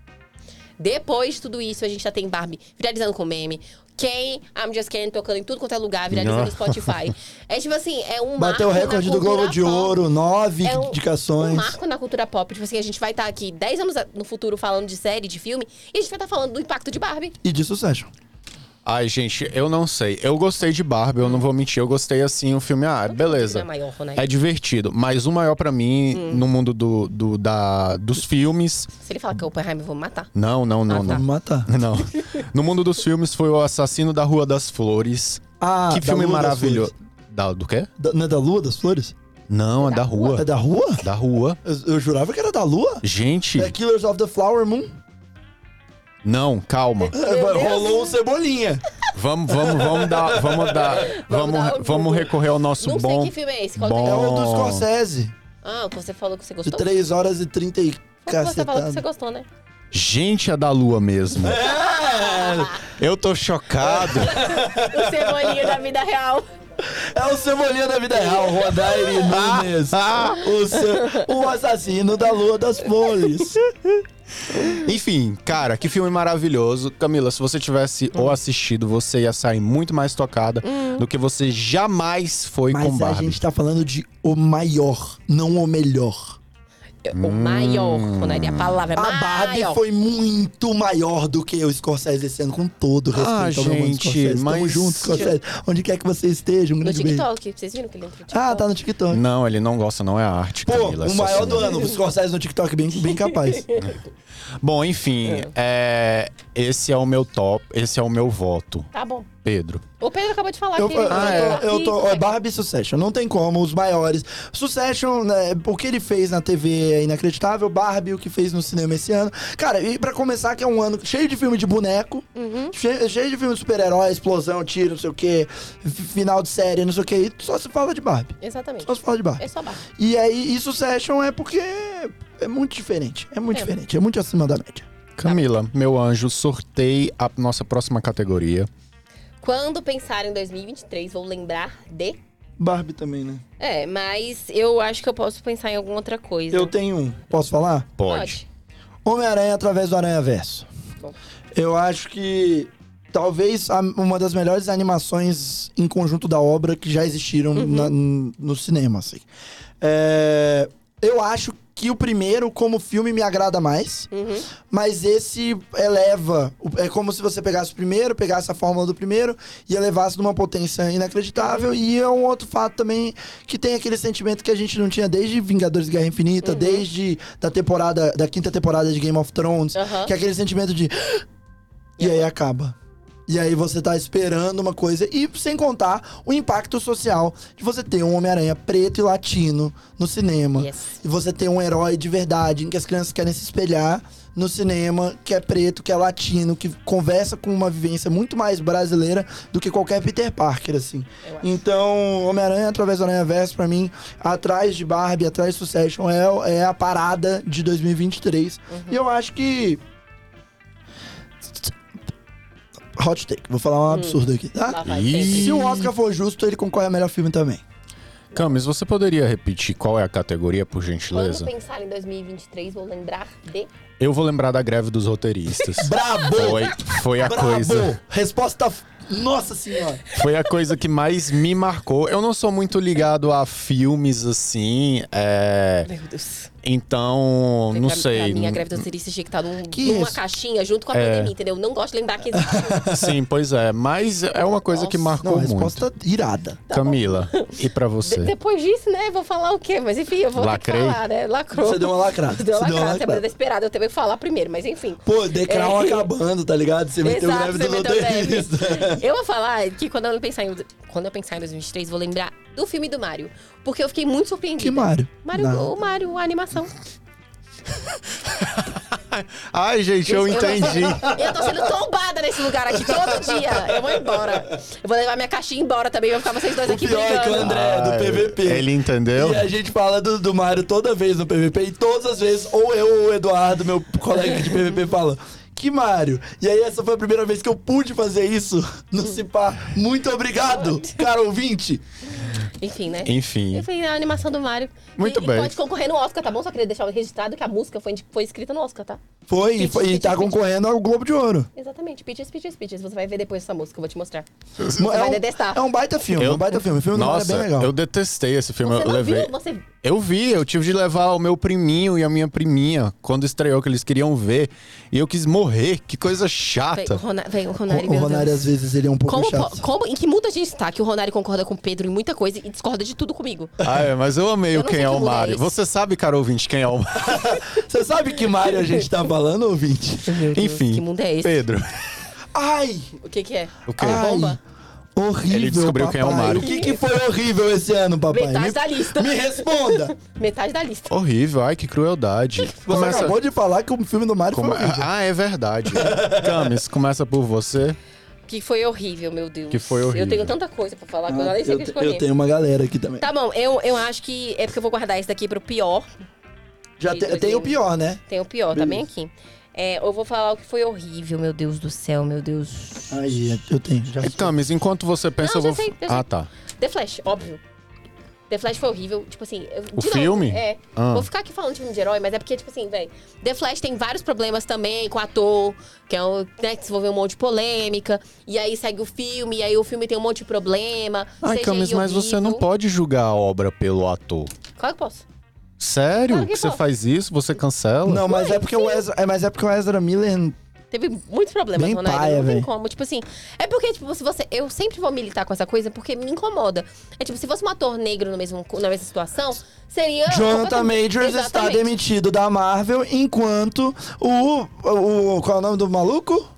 Speaker 4: Depois de tudo isso, a gente já tem Barbie viralizando com meme. Quem, I'm Just Ken tocando em tudo quanto é lugar, viralizando
Speaker 3: Não.
Speaker 4: no Spotify.
Speaker 2: *laughs*
Speaker 4: É tipo assim, é um
Speaker 2: Bateu o
Speaker 4: marco na
Speaker 2: recorde do
Speaker 4: cultura
Speaker 2: Globo de
Speaker 4: pop.
Speaker 2: Ouro, nove
Speaker 4: É um- Um
Speaker 2: indicações.
Speaker 4: marco na cultura pop. Tipo assim, a gente vai estar aqui 10 anos no futuro falando de série, de filme, e a gente vai estar falando do impacto de Barbie.
Speaker 2: E de sucesso.
Speaker 3: Ai, gente, eu não sei. Eu gostei de Barbie, eu não vou mentir. Eu gostei assim, o filme, ah, beleza.
Speaker 4: Não é maior, né? Hum.
Speaker 3: É divertido, mas o maior pra mim no mundo do, do- da, dos filmes.
Speaker 4: Se ele falar que é o Oppenheimer, eu vou matar.
Speaker 3: Não, não, não,
Speaker 4: Ah, tá.
Speaker 3: não.
Speaker 2: Vamos matar.
Speaker 3: *laughs* Não. No mundo dos filmes foi O Assassino da Rua das Flores.
Speaker 2: Ah,
Speaker 3: que
Speaker 2: da
Speaker 3: filme
Speaker 2: Lua das
Speaker 3: maravilhoso.
Speaker 2: Flores.
Speaker 3: Da, do quê?
Speaker 2: Da- não é da Lua das Flores?
Speaker 3: Não, é da, rua.
Speaker 2: É da Rua?
Speaker 3: Da rua.
Speaker 2: Eu, eu jurava que era da Lua?
Speaker 3: Gente,
Speaker 2: É Killers of the Flower Moon? É,
Speaker 3: não, calma.
Speaker 2: Rolou o Cebolinha.
Speaker 3: Vamos, vamos, vamos dar, vamos dar, vamos,
Speaker 4: dar
Speaker 3: re-
Speaker 4: o
Speaker 3: vamos
Speaker 4: Google.
Speaker 3: recorrer ao nosso
Speaker 4: Não
Speaker 3: bom.
Speaker 4: sei que filme é esse. Qual
Speaker 3: bom-
Speaker 4: que
Speaker 2: É o do
Speaker 3: Oh.
Speaker 2: Scorsese.
Speaker 4: Ah, você falou que você
Speaker 2: De
Speaker 4: gostou?
Speaker 2: 3 horas e 30 e
Speaker 4: Foi Você falou que você
Speaker 2: cacetada.
Speaker 4: gostou, né?
Speaker 3: Gente, é da lua mesmo.
Speaker 2: É.
Speaker 3: *laughs* Eu tô chocado.
Speaker 4: O Cebolinha da vida real.
Speaker 2: É o Cebolinha da vida real, Rodaire Nunes.
Speaker 3: Ah,
Speaker 2: O, ce- o assassino da Lua das Flores.
Speaker 3: *laughs* Enfim, cara, que filme maravilhoso. Camila, se você tivesse
Speaker 2: Hum.
Speaker 3: ou assistido, você ia sair muito mais tocada do que você jamais foi com
Speaker 2: Mas a
Speaker 3: Barbie.
Speaker 2: gente tá falando de o maior, não o melhor.
Speaker 4: O maior, Ronaria, a palavra é
Speaker 2: Hum. A Barbie
Speaker 4: maior.
Speaker 2: foi muito maior do que o Scorsese esse ano, com todo o respeito
Speaker 3: Ah,
Speaker 2: ao meu mano
Speaker 3: gente,
Speaker 2: Scorsese. Tamo
Speaker 3: mas-
Speaker 2: junto, Scorsese. Onde quer que você esteja, um
Speaker 4: No
Speaker 2: grande beijo.
Speaker 4: TikTok, tipo. vocês viram que ele entrou no TikTok?
Speaker 2: Ah, tá no TikTok.
Speaker 3: Não, ele não gosta, não é a arte,
Speaker 2: Pô,
Speaker 3: Camila. é
Speaker 2: o
Speaker 3: só
Speaker 2: maior do
Speaker 3: cinema.
Speaker 2: ano, o Scorsese no TikTok, bem, bem
Speaker 4: *laughs*
Speaker 2: capaz.
Speaker 3: Bom, enfim, é, esse é o meu top, esse é o meu voto.
Speaker 4: Tá bom.
Speaker 3: Pedro.
Speaker 4: O Pedro acabou de falar
Speaker 2: Eu,
Speaker 4: que ele
Speaker 2: ah,
Speaker 4: vai
Speaker 2: é,
Speaker 4: falar
Speaker 2: eu
Speaker 4: aqui, né?
Speaker 2: tô.
Speaker 4: vai-
Speaker 2: ó, Barbie e Succession, não tem como, os maiores. Succession, né, o que ele fez na TV é inacreditável. Barbie, o que fez no cinema esse ano. Cara, e pra começar, que é um ano cheio de filme de boneco,
Speaker 4: Uhum.
Speaker 2: cheio, cheio de filme de super-herói, explosão, tiro, não sei o quê, f- final de série, não sei o quê. E só se fala de Barbie.
Speaker 4: Exatamente.
Speaker 2: Só se fala de Barbie.
Speaker 4: É só Barbie.
Speaker 2: E aí, e Succession é porque é muito diferente. É muito
Speaker 4: É.
Speaker 2: diferente, é muito acima da média. Tá.
Speaker 3: Camila, meu anjo, sorteie a nossa próxima categoria.
Speaker 4: Quando pensar em 2023, vou lembrar de...
Speaker 2: Barbie também, né?
Speaker 4: É, mas eu acho que eu posso pensar em alguma outra coisa.
Speaker 2: Eu tenho um. Posso falar?
Speaker 3: Pode.
Speaker 2: Homem-Aranha através do Aranha Verso.
Speaker 4: Bom.
Speaker 2: Eu acho que talvez a- uma das melhores animações em conjunto da obra que já existiram
Speaker 4: Uhum.
Speaker 2: na- n- no cinema, assim. É, eu acho que o primeiro, como filme, me agrada mais.
Speaker 4: Uhum.
Speaker 2: Mas esse eleva. o- É como se você pegasse o primeiro, pegasse a fórmula do primeiro e elevasse numa potência inacreditável.
Speaker 4: Uhum.
Speaker 2: E é um outro fato também que tem aquele sentimento que a gente não tinha desde Vingadores Guerra Infinita,
Speaker 4: Uhum.
Speaker 2: desde da temporada, da quinta temporada de Game of Thrones,
Speaker 4: Aham.
Speaker 2: que é aquele sentimento de. E aí acaba. E aí você tá esperando uma coisa. E sem contar o impacto social de você ter um Homem-Aranha preto e latino no cinema.
Speaker 4: Yes.
Speaker 2: E você ter um herói de verdade, em que as crianças querem se espelhar no cinema, que é preto, que é latino, que conversa com uma vivência muito mais brasileira do que qualquer Peter Parker, assim.
Speaker 4: Eu acho.
Speaker 2: Então, Homem-Aranha através do Aranha Verso, pra mim, atrás de Barbie, atrás de Succession, é, é a parada de 2023.
Speaker 4: Uhum.
Speaker 2: E eu acho que. Hot take, vou falar um
Speaker 4: Hum.
Speaker 2: absurdo aqui,
Speaker 4: Lá
Speaker 2: tá?
Speaker 4: vai,
Speaker 3: Ih.
Speaker 4: sempre.
Speaker 2: Se o Oscar for justo, ele concorre a melhor filme também.
Speaker 3: Camis, você poderia repetir qual é a categoria, por
Speaker 4: Quando
Speaker 3: gentileza?
Speaker 4: pensar em 2023, vou lembrar de...
Speaker 3: Eu vou lembrar da greve dos roteiristas.
Speaker 2: *laughs* Brabo!
Speaker 3: Foi, foi a
Speaker 2: Brabo!
Speaker 3: coisa.
Speaker 2: Resposta. f- Nossa senhora!
Speaker 3: Foi a coisa que mais me marcou. Eu não sou muito ligado a filmes assim. é,
Speaker 4: Meu Deus.
Speaker 3: Então, não
Speaker 4: pra,
Speaker 3: sei.
Speaker 4: Pra mim, a greve do Cirista tinha que estar num,
Speaker 2: Que
Speaker 4: numa
Speaker 2: isso?
Speaker 4: caixinha junto com a
Speaker 3: É.
Speaker 4: pandemia, entendeu? Não gosto de lembrar que
Speaker 3: *laughs*
Speaker 4: existe.
Speaker 3: Sim, pois é. Mas é uma coisa que
Speaker 4: Nossa.
Speaker 2: Não,
Speaker 3: marcou muito.
Speaker 2: resposta tá irada.
Speaker 3: Camila, e pra
Speaker 4: De-
Speaker 3: você?
Speaker 4: depois disso, né? Vou falar o quê? Mas enfim, eu vou
Speaker 3: Lacrei?
Speaker 4: ter que falar, né? Lacrou.
Speaker 2: Você deu uma lacrada.
Speaker 4: Deu
Speaker 2: Você
Speaker 4: uma
Speaker 2: deu uma
Speaker 4: lacrada. Você
Speaker 2: lacrada.
Speaker 4: é desesperado. Eu tenho que falar primeiro, mas enfim.
Speaker 2: Pô, The Crown
Speaker 4: É.
Speaker 2: acabando, tá ligado? Você meteu o
Speaker 4: Exato,
Speaker 2: greve do
Speaker 4: você meteu greve.
Speaker 2: roteirista.
Speaker 4: Eu vou falar que quando eu pensar em, quando eu pensar em 2023, vou lembrar do filme do Mario. Porque eu fiquei muito
Speaker 2: *laughs*
Speaker 4: surpreendida.
Speaker 2: Que Mario?
Speaker 4: Mario,
Speaker 2: Não.
Speaker 4: o Mario, a animação.
Speaker 3: Ai, gente, eu entendi.
Speaker 4: Eu tô sendo tombada nesse lugar aqui todo dia. Eu vou embora. Eu vou levar minha caixinha embora também. Eu vou ficar vocês dois aqui
Speaker 2: pior é que o
Speaker 4: brigando.
Speaker 2: André- É, do
Speaker 3: Ai,
Speaker 2: PVP.
Speaker 3: Ah, Ele entendeu?
Speaker 2: E a gente fala do, do Mário toda vez no PVP, e todas as vezes, ou eu ou o Eduardo, meu colega de
Speaker 4: *laughs*
Speaker 2: PVP, fala. Que Mário! E aí, essa foi a primeira vez que eu pude fazer isso no Cipá. Muito obrigado, cara ouvinte!
Speaker 4: Enfim, né?
Speaker 3: Enfim.
Speaker 4: Enfim, a animação do Mario.
Speaker 3: Muito
Speaker 4: e,
Speaker 3: bem.
Speaker 4: E pode concorrer no Oscar, tá bom? Só queria deixar registrado que a música foi, indi- foi escrita no Oscar, tá?
Speaker 2: Foi, e, foi, e tá concorrendo ao Globo de Ouro.
Speaker 4: Exatamente. Peaches, Peaches, Peaches. Você vai ver depois essa música, eu vou te mostrar.
Speaker 2: é,
Speaker 4: vai
Speaker 2: um,
Speaker 4: detestar.
Speaker 2: é um baita filme, é um baita filme. O filme do Mario
Speaker 3: Nossa,
Speaker 2: é bem legal.
Speaker 3: eu detestei esse filme.
Speaker 4: Você
Speaker 3: eu
Speaker 4: não
Speaker 3: Ah, levei.
Speaker 4: viu? Você...
Speaker 3: Eu vi, eu tive de levar o meu priminho e a minha priminha quando estreou, que eles queriam ver. E eu quis morrer, que coisa
Speaker 4: Vem, *laughs*
Speaker 3: chata.
Speaker 4: o Rona- vem, o Ronari,
Speaker 2: O, o
Speaker 4: meu
Speaker 2: Ronari,
Speaker 4: Deus.
Speaker 2: às vezes, ele é um pouco
Speaker 4: Como,
Speaker 2: chato.
Speaker 4: po- como, em que muita gente tá, que o Ronari concorda com o Pedro em muita coisa e discorda de tudo comigo.
Speaker 3: Ah, é, mas eu amei
Speaker 4: Eu
Speaker 3: o
Speaker 4: não
Speaker 3: Quem
Speaker 4: sei
Speaker 3: é
Speaker 4: que
Speaker 3: o
Speaker 4: lugar é
Speaker 3: Mário.
Speaker 4: esse.
Speaker 3: Você sabe, cara ouvinte, quem é o Mário.
Speaker 2: Você sabe que Mario *laughs* a gente tá falando, ouvinte?
Speaker 4: Deus,
Speaker 3: Enfim.
Speaker 4: que mundo é esse?
Speaker 3: Pedro.
Speaker 2: Ai!
Speaker 4: O que que é?
Speaker 3: O quê?
Speaker 2: ai,
Speaker 4: bomba?
Speaker 2: Horrível,
Speaker 3: Ele descobriu
Speaker 2: papai.
Speaker 3: quem é o Mario.
Speaker 2: O que, que foi horrível esse ano, papai?
Speaker 4: Metade
Speaker 2: Me-
Speaker 4: da lista.
Speaker 2: Me responda!
Speaker 4: Metade da lista.
Speaker 3: Horrível, ai, que crueldade.
Speaker 2: Você acabou de falar que o filme do Mario
Speaker 3: Come-
Speaker 2: foi horrível.
Speaker 3: Ah, é verdade. Camis, começa por você.
Speaker 4: Que foi horrível, meu Deus.
Speaker 3: Que foi horrível.
Speaker 4: Eu tenho tanta coisa pra falar que eu Ah, nem
Speaker 2: Ah,
Speaker 4: sei o
Speaker 2: eu,
Speaker 4: que
Speaker 2: te-
Speaker 4: escolher.
Speaker 2: eu tenho uma galera aqui também.
Speaker 4: Tá bom, eu, eu acho que é porque eu vou guardar esse daqui pro pior.
Speaker 2: Já
Speaker 4: de
Speaker 2: te- tem o
Speaker 4: 2000.
Speaker 2: pior, né?
Speaker 4: Tem o pior, tá bem aqui. É, eu vou falar o que foi horrível, meu Deus do céu, meu Deus.
Speaker 2: Aí, eu tenho. Já
Speaker 3: Camis, enquanto você pensa,
Speaker 4: Não, já
Speaker 3: eu vou.
Speaker 4: sei, já
Speaker 3: ah,
Speaker 4: sei.
Speaker 3: tá.
Speaker 4: The Flash, óbvio. The Flash foi horrível, tipo assim. eu-
Speaker 3: O
Speaker 4: de
Speaker 3: filme?
Speaker 4: Novo, é.
Speaker 3: Ah.
Speaker 4: Vou ficar aqui falando de filme de herói, mas é porque, tipo assim, velho. The Flash tem vários problemas também com o ator, que é um, né, que desenvolveu um monte de polêmica. E aí segue o filme, e aí o filme tem um monte de problema.
Speaker 3: Ai,
Speaker 4: CGI
Speaker 3: Camis, mas você não
Speaker 4: horrível.
Speaker 3: pode julgar a obra pelo ator.
Speaker 4: Claro que posso.
Speaker 3: Sério?
Speaker 4: Claro que
Speaker 3: que você
Speaker 4: posso.
Speaker 3: faz isso? Você cancela?
Speaker 2: Não, mas é, porque o Ezra, é, mas é porque o Ezra Miller.
Speaker 4: Teve muitos problemas,
Speaker 2: Bem
Speaker 4: Ronaldo.
Speaker 2: paia,
Speaker 4: não tem
Speaker 2: véi.
Speaker 4: como. Tipo assim, é porque, tipo, se você. Eu sempre vou militar com essa coisa porque me incomoda. É tipo, se fosse um ator negro no mesmo, na mesma situação, seria.
Speaker 2: Jonathan
Speaker 4: completamente-
Speaker 2: Majors está
Speaker 4: Exatamente.
Speaker 2: demitido da Marvel, enquanto o. o, o- qual é o nome do maluco?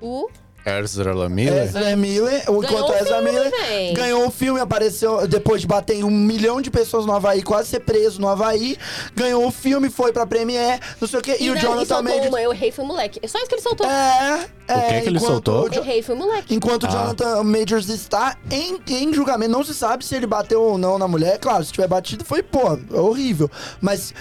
Speaker 4: O.
Speaker 3: Ezra Miller?
Speaker 2: Ezra É, Miller. o- Enquanto
Speaker 4: o
Speaker 2: o Ezra
Speaker 4: filme,
Speaker 2: Miller
Speaker 4: véi.
Speaker 2: ganhou o filme, apareceu depois de bater um milhão de pessoas no Havaí, quase ser preso no Havaí. Ganhou o filme, foi pra Premiere, não sei o quê. E, o
Speaker 4: não,
Speaker 2: Jonathan
Speaker 4: soltou
Speaker 2: Majors.
Speaker 4: uma, eu errei, foi moleque. É só isso que ele soltou.
Speaker 2: É, é.
Speaker 3: O que é que ele
Speaker 2: enquanto
Speaker 3: soltou?
Speaker 2: o Jo-
Speaker 4: Errei, foi moleque.
Speaker 2: Enquanto
Speaker 3: Ah.
Speaker 2: o Jonathan Majors está em, em julgamento, não se sabe se ele bateu ou não na mulher. Claro, se tiver batido, foi, pô, é horrível. Mas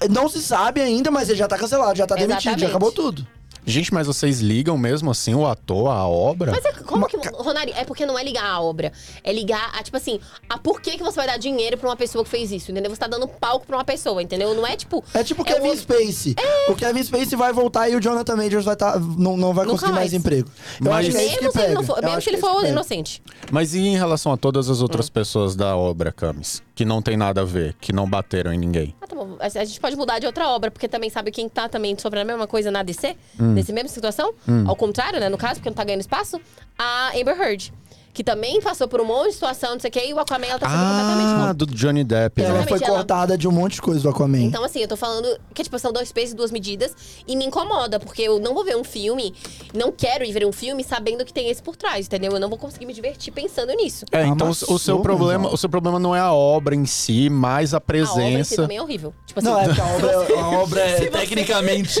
Speaker 2: eh, não se sabe ainda, mas ele já tá cancelado, já tá demitido,
Speaker 4: Exatamente.
Speaker 2: já acabou tudo.
Speaker 3: Gente, mas vocês ligam mesmo assim o ator, a obra?
Speaker 4: Mas é, como
Speaker 2: Ma-
Speaker 4: que. Ronari, é porque não é ligar a obra. É ligar a, tipo assim, a por que, que você vai dar dinheiro pra uma pessoa que fez isso, entendeu? Você tá dando palco pra uma pessoa, entendeu? Não é tipo.
Speaker 2: É tipo o
Speaker 4: é
Speaker 2: Kevin
Speaker 4: o- É.
Speaker 2: Spacey. O Kevin Spacey vai voltar e o Jonathan Majors vai tá, não, não vai
Speaker 4: Nunca
Speaker 2: conseguir mais
Speaker 4: mais.
Speaker 2: emprego. Eu
Speaker 3: Mas-
Speaker 2: acho que é isso que
Speaker 4: Mesmo se ele
Speaker 2: pega.
Speaker 4: não for,
Speaker 2: Eu
Speaker 4: mesmo
Speaker 2: acho
Speaker 4: se ele
Speaker 2: que é isso
Speaker 4: for
Speaker 2: que pega.
Speaker 4: inocente.
Speaker 3: Mas e em relação a todas as outras
Speaker 4: Hum.
Speaker 3: pessoas da obra, Camis? Que não tem nada a ver, que não bateram em ninguém.
Speaker 4: Ah, tá bom. A, a gente pode mudar de outra obra, porque também sabe quem tá também sobre a mesma coisa na DC,
Speaker 3: Hum.
Speaker 4: nessa mesma situação. Ao contrário, né, no caso, porque não tá ganhando espaço, a Amber Heard. Que também passou por um monte de situação, não sei o quê, e o Aquaman ela tá sendo completamente
Speaker 3: Ah,
Speaker 4: contra.
Speaker 3: do Johnny Depp,
Speaker 2: Ela
Speaker 3: né?
Speaker 2: foi
Speaker 4: Exatamente, ela-
Speaker 2: cortada de um monte de coisa do Aquaman.
Speaker 4: Então, assim, eu tô falando que, tipo, são dois pesos e duas medidas. E me incomoda, porque eu não vou ver um filme, não quero ir ver um filme sabendo que tem esse por trás, entendeu? Eu não vou conseguir me divertir pensando nisso.
Speaker 3: É, então
Speaker 2: Amassou,
Speaker 3: o seu
Speaker 2: mas
Speaker 3: problema,
Speaker 2: não.
Speaker 3: o seu problema não é a obra em si, mas a
Speaker 4: A obra em si
Speaker 3: presença.
Speaker 4: também é horrível. Tipo assim,
Speaker 2: não,
Speaker 4: *laughs*
Speaker 2: é porque a
Speaker 4: se
Speaker 2: obra,
Speaker 4: você-
Speaker 2: a obra é
Speaker 4: se você-
Speaker 2: tecnicamente.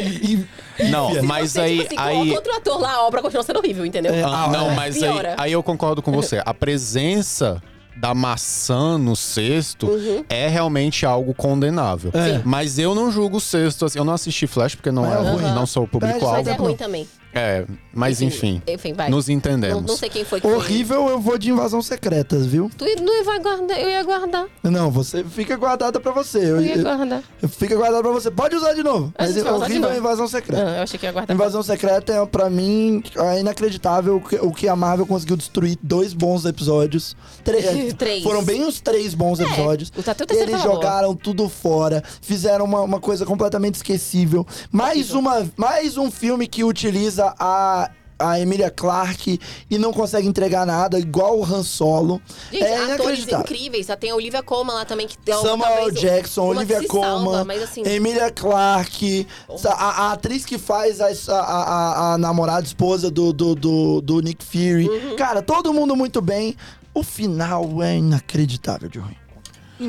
Speaker 3: Não, *laughs*
Speaker 4: se
Speaker 3: mas
Speaker 4: você,
Speaker 3: aí
Speaker 4: tipo assim,
Speaker 3: aí
Speaker 4: coloca outro ator lá, a obra continua sendo horrível, entendeu?
Speaker 2: É.
Speaker 3: Ah,
Speaker 2: Ah,
Speaker 3: não,
Speaker 2: é.
Speaker 3: mas aí,
Speaker 4: Piora.
Speaker 3: aí eu concordo com você. A presença da maçã no cesto
Speaker 4: Uhum.
Speaker 3: é realmente algo condenável.
Speaker 2: É.
Speaker 3: Mas eu não julgo o cesto assim. Eu não assisti Flash porque não,
Speaker 2: Mas é
Speaker 3: é-
Speaker 2: ruim.
Speaker 3: não sou o
Speaker 4: Mas
Speaker 3: público-alvo.
Speaker 4: é
Speaker 2: Algo-
Speaker 4: ruim também.
Speaker 3: É, mas enfim,
Speaker 4: Enfim, vai.
Speaker 3: nos
Speaker 4: Não,
Speaker 3: entendemos.
Speaker 4: É, não sei quem foi que foi.
Speaker 2: Horrível, eu vou de invasão secretas, viu?
Speaker 4: Tu ia- não ia guardar, eu ia guardar.
Speaker 2: Não, você fica guardada pra você. Eu-
Speaker 4: Eu ia
Speaker 2: eu-
Speaker 4: guardar.
Speaker 2: Fica guardado pra você. Pode usar de novo.
Speaker 4: A
Speaker 2: Mas
Speaker 4: gente vai usar de
Speaker 2: horrível é
Speaker 4: novo.
Speaker 2: invasão secreta.
Speaker 4: Ah, eu achei que ia guardar.
Speaker 2: Invasão secreta é, pra mim, é inacreditável o que, o que a Marvel conseguiu destruir dois bons episódios.
Speaker 4: *laughs*
Speaker 2: Tre- é,
Speaker 4: Três. É,
Speaker 2: Foram bem uns três bons episódios.
Speaker 4: o Tatu tá
Speaker 2: E
Speaker 4: terceiro
Speaker 2: eles
Speaker 4: tava bom.
Speaker 2: jogaram tudo fora. Fizeram uma, uma coisa completamente esquecível. Mais, uma, mais um filme que utiliza a. A Emilia Clarke e não consegue entregar nada, igual o Han Solo.
Speaker 4: Gente,
Speaker 2: é
Speaker 4: atores
Speaker 2: inacreditável.
Speaker 4: incríveis. Só tem a Olivia Colman lá também, que tem uma-
Speaker 2: Samuel
Speaker 4: Então, talvez
Speaker 2: Jackson,
Speaker 4: uma que
Speaker 2: Olivia
Speaker 4: se
Speaker 2: Colman,
Speaker 4: salva, mas assim,
Speaker 2: Emilia Clarke, sa- a, a atriz que faz a, a- a- a namorada, esposa do, do, do- do Nick Fury.
Speaker 4: Uhum.
Speaker 2: Cara, todo mundo muito bem. O final é inacreditável de ruim.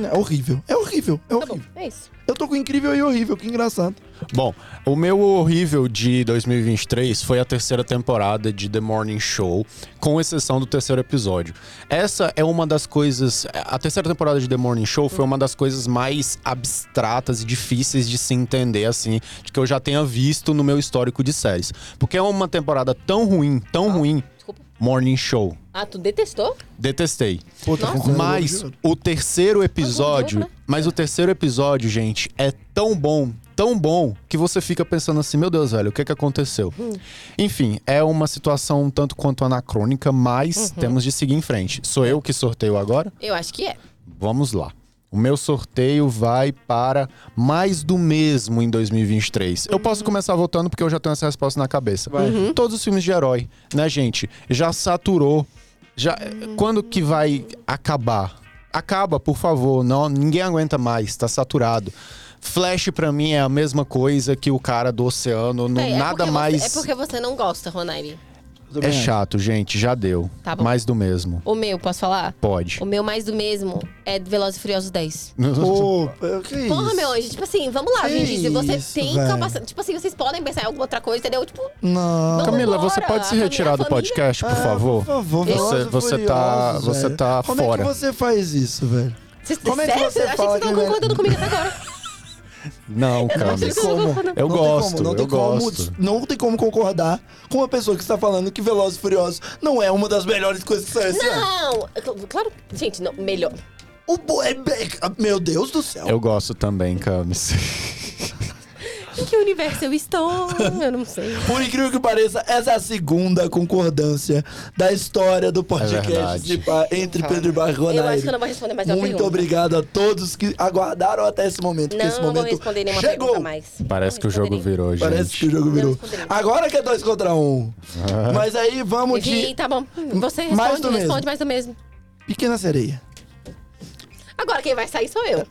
Speaker 2: É horrível, é horrível, é
Speaker 4: tá bom,
Speaker 2: horrível.
Speaker 4: é isso.
Speaker 2: Eu tô com incrível e horrível, que engraçado.
Speaker 3: Bom, o meu horrível de 2023 foi a terceira temporada de The Morning Show, com exceção do terceiro episódio. Essa é uma das coisas. A terceira temporada de The Morning Show foi uma das coisas mais abstratas e difíceis de se entender, assim, de que eu já tenha visto no meu histórico de séries. Porque é uma temporada tão ruim, tão ruim,
Speaker 4: Desculpa.
Speaker 3: Morning Show.
Speaker 4: Ah, tu detestou?
Speaker 3: Detestei.
Speaker 2: Puta,
Speaker 4: Nossa.
Speaker 2: funcionou
Speaker 3: Mas
Speaker 2: de-
Speaker 3: o terceiro
Speaker 4: Mas
Speaker 3: episódio.
Speaker 4: mudou, né?
Speaker 3: Mas o terceiro episódio, gente, é tão bom, tão bom, que você fica pensando assim, meu Deus, velho, o que que aconteceu?
Speaker 4: Hum.
Speaker 3: Enfim, é uma situação um tanto quanto anacrônica, mas
Speaker 4: Uhum.
Speaker 3: temos de seguir em frente. Sou eu que sorteio agora?
Speaker 4: Eu acho que é.
Speaker 3: Vamos lá. O meu sorteio vai para mais do mesmo em 2023. Eu posso começar votando porque eu já tenho essa resposta na cabeça.
Speaker 4: Uhum.
Speaker 3: Todos os filmes de herói, né, gente? Já saturou. Já quando que vai acabar? Acaba, por favor. Não, ninguém aguenta mais, tá saturado. Flash pra mim é a mesma coisa que o cara do oceano, não,
Speaker 4: Bem, é
Speaker 3: nada
Speaker 4: porque você-
Speaker 3: mais.
Speaker 4: é porque você não gosta, Ronaire.
Speaker 2: Tudo
Speaker 3: É
Speaker 2: bem.
Speaker 3: chato, gente, já deu.
Speaker 4: Tá bom.
Speaker 3: mais do mesmo.
Speaker 4: O meu, posso falar?
Speaker 3: Pode.
Speaker 4: O meu mais do mesmo é Velozes e Furiosos 10.
Speaker 2: Pô, é, que isso?
Speaker 4: Porra, meu anjo, tipo assim, vamos lá,
Speaker 2: Que
Speaker 4: gente. Se você
Speaker 2: isso,
Speaker 4: tem
Speaker 2: velho.
Speaker 4: capacidade. Tipo assim, vocês podem pensar em alguma outra coisa, entendeu? Tipo,
Speaker 2: Não. É,
Speaker 4: Vamos
Speaker 3: Camila, você
Speaker 4: embora,
Speaker 3: pode se
Speaker 4: a minha
Speaker 3: retirar do
Speaker 4: família-
Speaker 3: podcast, por favor?
Speaker 2: Ah, Por favor,
Speaker 3: Você-
Speaker 2: Velozes e
Speaker 3: você tá-
Speaker 2: Furiosos,
Speaker 3: você
Speaker 2: velho.
Speaker 3: tá
Speaker 2: Como
Speaker 3: fora.
Speaker 2: é que você faz isso, velho?
Speaker 4: vocês
Speaker 2: Como é que
Speaker 4: sério?
Speaker 2: você
Speaker 4: Eu *laughs* achei que
Speaker 2: fala
Speaker 4: vocês estavam
Speaker 2: que-
Speaker 4: concordando comigo até agora.
Speaker 3: Não, Camis.
Speaker 4: consigo. Como?
Speaker 3: Eu
Speaker 2: Não tem
Speaker 3: gosto,
Speaker 2: como, não tem
Speaker 3: eu
Speaker 2: como,
Speaker 3: gosto.
Speaker 2: Não tem como concordar com uma pessoa que está falando que Velozes e Furiosos não é uma das melhores coisas que saiu esse ano.
Speaker 4: Não! cl- Claro, gente, não, melhor.
Speaker 2: O bo... é- é- Meu Deus do céu.
Speaker 3: Eu gosto também, Camis. *laughs*
Speaker 4: Em que universo eu estou? Eu
Speaker 2: *laughs*
Speaker 4: não sei.
Speaker 2: Por incrível que pareça, essa é a segunda concordância da história do podcast
Speaker 3: É verdade.
Speaker 2: de pa- entre Pedro e Barco
Speaker 4: Eu acho que eu não vou responder mais nenhuma
Speaker 2: Muito
Speaker 4: pergunta.
Speaker 2: obrigado a todos que aguardaram até esse momento. porque
Speaker 4: Não,
Speaker 2: esse
Speaker 4: não
Speaker 2: momento
Speaker 4: vou responder nenhuma
Speaker 2: chegou.
Speaker 4: pergunta mais.
Speaker 3: Parece
Speaker 4: Não
Speaker 3: que o jogo
Speaker 4: responderei.
Speaker 3: virou, gente.
Speaker 2: Parece que o jogo virou.
Speaker 4: responderei.
Speaker 2: Agora que é dois contra um. Mas aí vamos
Speaker 4: Enfim,
Speaker 2: de
Speaker 4: tá bom. Você responde,
Speaker 2: Mais do
Speaker 4: responde
Speaker 2: mesmo.
Speaker 4: mais do mesmo.
Speaker 2: Pequena Sereia.
Speaker 4: Agora quem vai sair sou eu.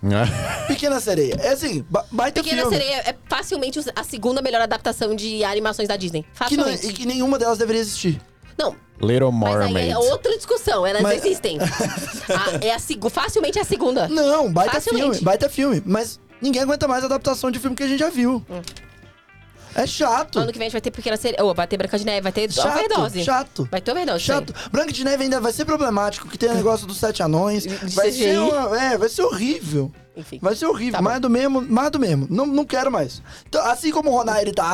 Speaker 2: Pequena Sereia. É assim, ba- baita
Speaker 4: Pequena
Speaker 2: filme.
Speaker 4: Sereia é facilmente os- a segunda melhor adaptação de animações da Disney.
Speaker 2: Que, não- é-
Speaker 4: Facilmente.
Speaker 2: e que nenhuma delas deveria existir.
Speaker 4: Não,
Speaker 3: *laughs* Little
Speaker 4: mas aí
Speaker 3: Mermaid.
Speaker 4: é outra discussão. Elas
Speaker 2: Mas- *laughs*
Speaker 4: existem. A- é a, segu- facilmente é a segunda.
Speaker 2: Não, baita
Speaker 4: Facilmente.
Speaker 2: filme, baita filme. Mas ninguém aguenta mais a adaptação de filme que a gente já viu.
Speaker 4: Hum.
Speaker 2: É chato.
Speaker 4: Ano que vem a gente vai ter Pequena Sereia. Ô, vai ter Branca de Neve, vai ter
Speaker 2: Chato,
Speaker 4: overdose.
Speaker 2: chato.
Speaker 4: Vai ter overdose.
Speaker 2: Chato. Branca de Neve ainda vai ser problemático, que tem o negócio dos sete anões. Vai
Speaker 4: CGI.
Speaker 2: ser, uma- é, vai ser horrível.
Speaker 4: Enfim.
Speaker 2: Vai ser horrível.
Speaker 4: Tá bom.
Speaker 2: mais do mesmo, mais do mesmo. Não, não quero mais. Então, assim como o Ronaire tá,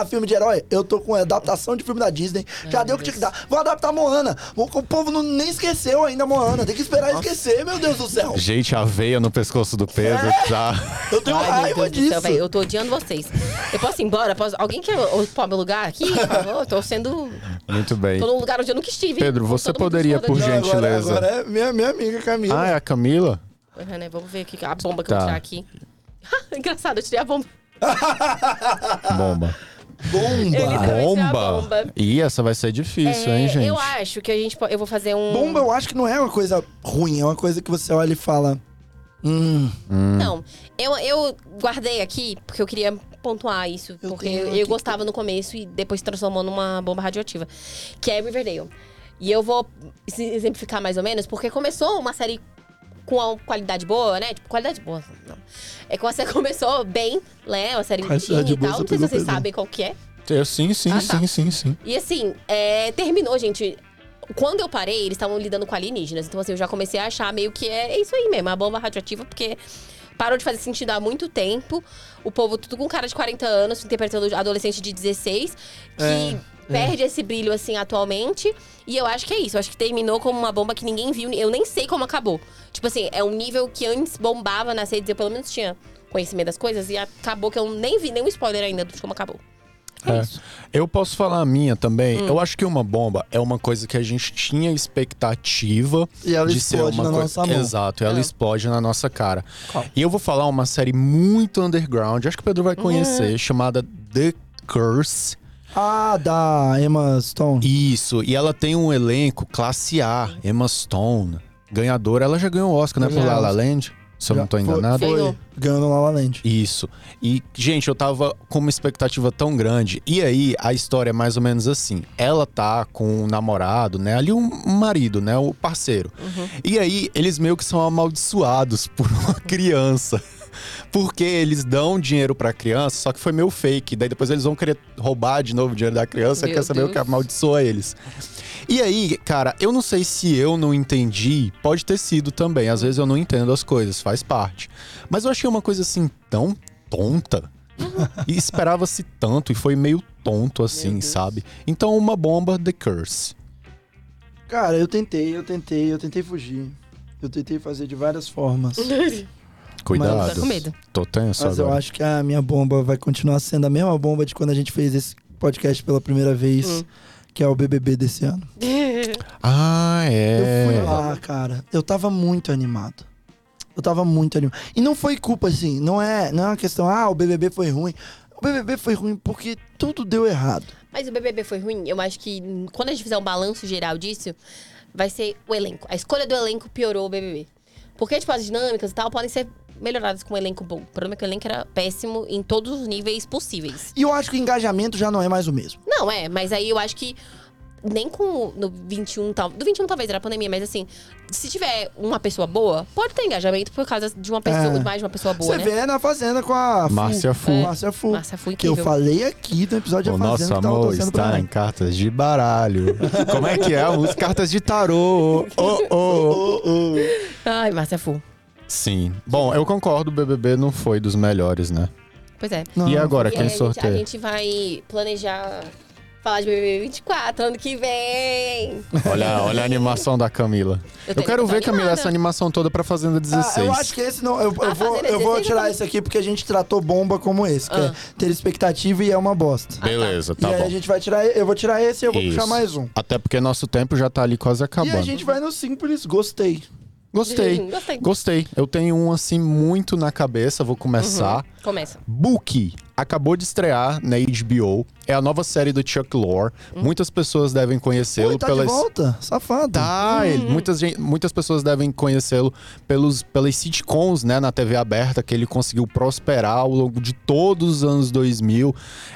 Speaker 2: ah, filme de herói, eu tô com adaptação de filme da Disney. já deu o que tinha que dar. Vou adaptar Moana. O, o povo não, nem esqueceu ainda Moana. Tem que esperar esquecer, meu Deus do céu.
Speaker 3: Gente, a veia no pescoço do Pedro
Speaker 4: É. *laughs*
Speaker 3: tá.
Speaker 2: Eu tenho
Speaker 4: Ai, meu
Speaker 2: raiva
Speaker 4: Deus do
Speaker 2: disso.
Speaker 4: céu, velho. Eu tô odiando vocês. Eu posso ir embora? Posso- Alguém quer ocupar meu lugar aqui? Por favor? Eu tô sendo.
Speaker 3: Muito bem.
Speaker 4: Tô num lugar onde eu nunca estive.
Speaker 3: Pedro,
Speaker 4: Todo
Speaker 3: você
Speaker 4: mundo
Speaker 3: poderia,
Speaker 4: discorda
Speaker 3: por
Speaker 4: de mim.
Speaker 2: Não, agora,
Speaker 3: gentileza.
Speaker 2: agora é minha, minha amiga Camila.
Speaker 3: Ah, é a Camila?
Speaker 4: Porra, né? Vamos ver aqui a bomba que eu
Speaker 3: Tá.
Speaker 4: vou tirar aqui. *laughs* Engraçado, eu tirei a bomba.
Speaker 3: Bomba.
Speaker 2: Bomba.
Speaker 4: Ele- Vai ser Ah. é a
Speaker 3: Bomba?
Speaker 4: bomba.
Speaker 3: Ih, essa vai ser difícil,
Speaker 4: É,
Speaker 3: hein, gente?
Speaker 4: Eu acho que a gente. po- Eu vou fazer um.
Speaker 2: Bomba eu acho que não é uma coisa ruim, é uma coisa que você olha e fala. Hum,
Speaker 4: Não. Eu, eu guardei aqui porque eu queria pontuar isso.
Speaker 2: Eu
Speaker 4: porque
Speaker 2: tenho
Speaker 4: eu,
Speaker 2: aqui.
Speaker 4: gostava no começo e depois se transformou numa bomba radioativa. Que é Riverdale. E eu vou se- exemplificar mais ou menos, porque começou uma série com uma qualidade boa, né? Tipo, qualidade boa, não. É que a série *laughs* começou bem, né? Uma série
Speaker 2: Qualidade
Speaker 4: bonitinha e
Speaker 2: boa,
Speaker 4: tal.
Speaker 2: você pegou
Speaker 4: Não sei se vocês
Speaker 2: pesado.
Speaker 4: sabem qual que é.
Speaker 3: Eu- sim, sim,
Speaker 4: Ah, tá.
Speaker 3: sim, sim, sim.
Speaker 4: E assim, é, terminou, gente. Quando eu parei, eles estavam lidando com alienígenas. Então, assim, eu já comecei a achar meio que é, é isso aí mesmo, a bomba radioativa, porque parou de fazer sentido há muito tempo. O povo, tudo com cara de 40 anos, interpretando adolescente de 16, que perde esse brilho, assim, atualmente. E eu acho que é isso. Eu acho que terminou como uma bomba que ninguém viu. Eu nem sei como acabou. Tipo assim, é um nível que antes bombava nas redes, eu pelo menos tinha conhecimento das coisas, e acabou que eu nem vi nenhum spoiler ainda de como acabou.
Speaker 3: É. Eu posso falar a minha também. Eu acho que uma bomba é uma coisa que a gente tinha expectativa
Speaker 2: E ela
Speaker 3: de ser
Speaker 2: explode
Speaker 3: uma
Speaker 2: na
Speaker 3: coisa.
Speaker 2: nossa mão.
Speaker 3: Exato, ela
Speaker 4: É.
Speaker 3: explode na nossa cara. E eu vou falar uma série muito underground, acho que o Pedro vai conhecer, chamada The Curse.
Speaker 2: ah, da Emma Stone.
Speaker 3: Isso, e ela tem um elenco classe A, Emma Stone, ganhadora. Ela já ganhou o Oscar, né, por
Speaker 2: Já.
Speaker 3: La La Land, se eu não tô
Speaker 2: Foi-
Speaker 3: enganado.
Speaker 2: Foi,
Speaker 4: Ganhou.
Speaker 2: ganhando La La Land.
Speaker 3: Isso. E, gente, eu tava com uma expectativa tão grande. E aí, a história é mais ou menos assim. Ela tá com um namorado, né? Ali um um marido, né? O parceiro. E aí, eles meio que são amaldiçoados *laughs* por uma criança. Porque eles dão dinheiro pra criança, só que foi meio fake. Daí depois eles vão querer roubar de novo o dinheiro da criança,
Speaker 4: Meu
Speaker 3: quer saber o que
Speaker 4: Deus.
Speaker 3: amaldiçoa eles. E aí, cara, eu não sei se eu não entendi, pode ter sido também. Às vezes eu não entendo as coisas, faz parte. Mas eu achei uma coisa assim tão tonta. e esperava-se tanto e foi meio tonto assim, sabe? Então, uma bomba The Curse.
Speaker 2: Cara, eu tentei, eu tentei, eu tentei fugir. Eu tentei fazer de várias formas.
Speaker 3: Cuidado.
Speaker 2: Mas-
Speaker 4: Tô com medo.
Speaker 3: Tô tenso
Speaker 2: Mas eu
Speaker 3: agora.
Speaker 2: acho que a minha bomba vai continuar sendo a mesma bomba de quando a gente fez esse podcast pela primeira vez, que é o BBB desse ano.
Speaker 3: Ah, é.
Speaker 2: Eu fui lá, cara. Eu tava muito animado. Eu tava muito animado. E não foi culpa, assim. Não é, não é uma questão, ah, o BBB foi ruim. O BBB foi ruim porque tudo deu errado.
Speaker 4: Mas o BBB foi ruim. Eu acho que hum, quando a gente fizer um balanço geral disso, vai ser o elenco. A escolha do elenco piorou o BBB. Porque, tipo, as dinâmicas e tal podem ser melhoradas com um elenco bom. O problema é que o elenco era péssimo em todos os níveis possíveis.
Speaker 2: E eu acho que o engajamento já não é mais o mesmo.
Speaker 4: Não, é, mas aí eu acho que nem com o- no 21 tal. Do 21 talvez era a pandemia, mas assim, se tiver uma pessoa boa, pode ter engajamento por causa de uma pessoa,
Speaker 2: É.
Speaker 4: mais de uma pessoa boa,
Speaker 2: Você
Speaker 4: né?
Speaker 2: vê na Fazenda com a Fu.
Speaker 3: Márcia Fu. É.
Speaker 2: Márcia Fu.
Speaker 4: Márcia Fu,
Speaker 2: que eu
Speaker 4: incrível.
Speaker 2: falei aqui no episódio
Speaker 3: O
Speaker 2: da Fazenda
Speaker 3: nosso
Speaker 2: que tava
Speaker 3: amor
Speaker 2: torcendo pra
Speaker 3: está em
Speaker 2: mim.
Speaker 3: cartas de baralho. *laughs* Como é que é? Os cartas
Speaker 2: *laughs*
Speaker 3: de tarô. Oh, oh.
Speaker 4: Ai, Márcia Fu.
Speaker 3: Sim. Bom, eu concordo, o BBB não foi dos melhores, né?
Speaker 4: Pois é.
Speaker 2: Não,
Speaker 3: e agora,
Speaker 4: E aí
Speaker 3: aquele
Speaker 4: a gente, a
Speaker 3: sorteio?
Speaker 4: gente vai planejar falar de BBB 24 ano que vem.
Speaker 2: *laughs*
Speaker 3: Olha, olha a animação da Camila. Eu,
Speaker 4: tô-
Speaker 3: quero
Speaker 4: eu tô
Speaker 3: ver, Camila,
Speaker 4: animada.
Speaker 3: essa animação toda pra Fazenda
Speaker 2: Ah,
Speaker 3: 16.
Speaker 2: eu acho que esse não. Eu, eu
Speaker 4: Ah,
Speaker 2: vou,
Speaker 4: Fazenda
Speaker 2: eu vou
Speaker 4: 16
Speaker 2: tirar
Speaker 4: tá-
Speaker 2: esse aqui porque a gente tratou bomba como esse, que é
Speaker 4: Ah.
Speaker 2: ter expectativa e é uma bosta.
Speaker 3: Beleza,
Speaker 2: e
Speaker 3: tá
Speaker 2: aí
Speaker 3: bom.
Speaker 2: a gente vai tirar. Eu vou tirar esse e eu vou
Speaker 3: Isso. Tá
Speaker 2: puxar mais um.
Speaker 3: Até porque nosso tempo já tá ali quase
Speaker 2: E a
Speaker 3: acabando.
Speaker 2: gente vai no simples, gostei. *laughs*
Speaker 3: Gostei.
Speaker 4: *laughs* Gostei.
Speaker 3: Gostei. Eu tenho um assim muito na cabeça, vou
Speaker 2: Uhum.
Speaker 3: começar.
Speaker 4: Começa.
Speaker 3: Book acabou de estrear na HBO. É a nova série do Chuck Lorre. Muitas pessoas devem
Speaker 2: Oi,
Speaker 3: conhecê-lo
Speaker 2: tá
Speaker 3: pelas
Speaker 2: de volta? Hum. Safado.
Speaker 3: Tá, ele- muitas, gen- muitas pessoas devem conhecê-lo pelos, pelas sitcoms, né, na TV aberta, que ele conseguiu prosperar ao longo de todos os anos 2000,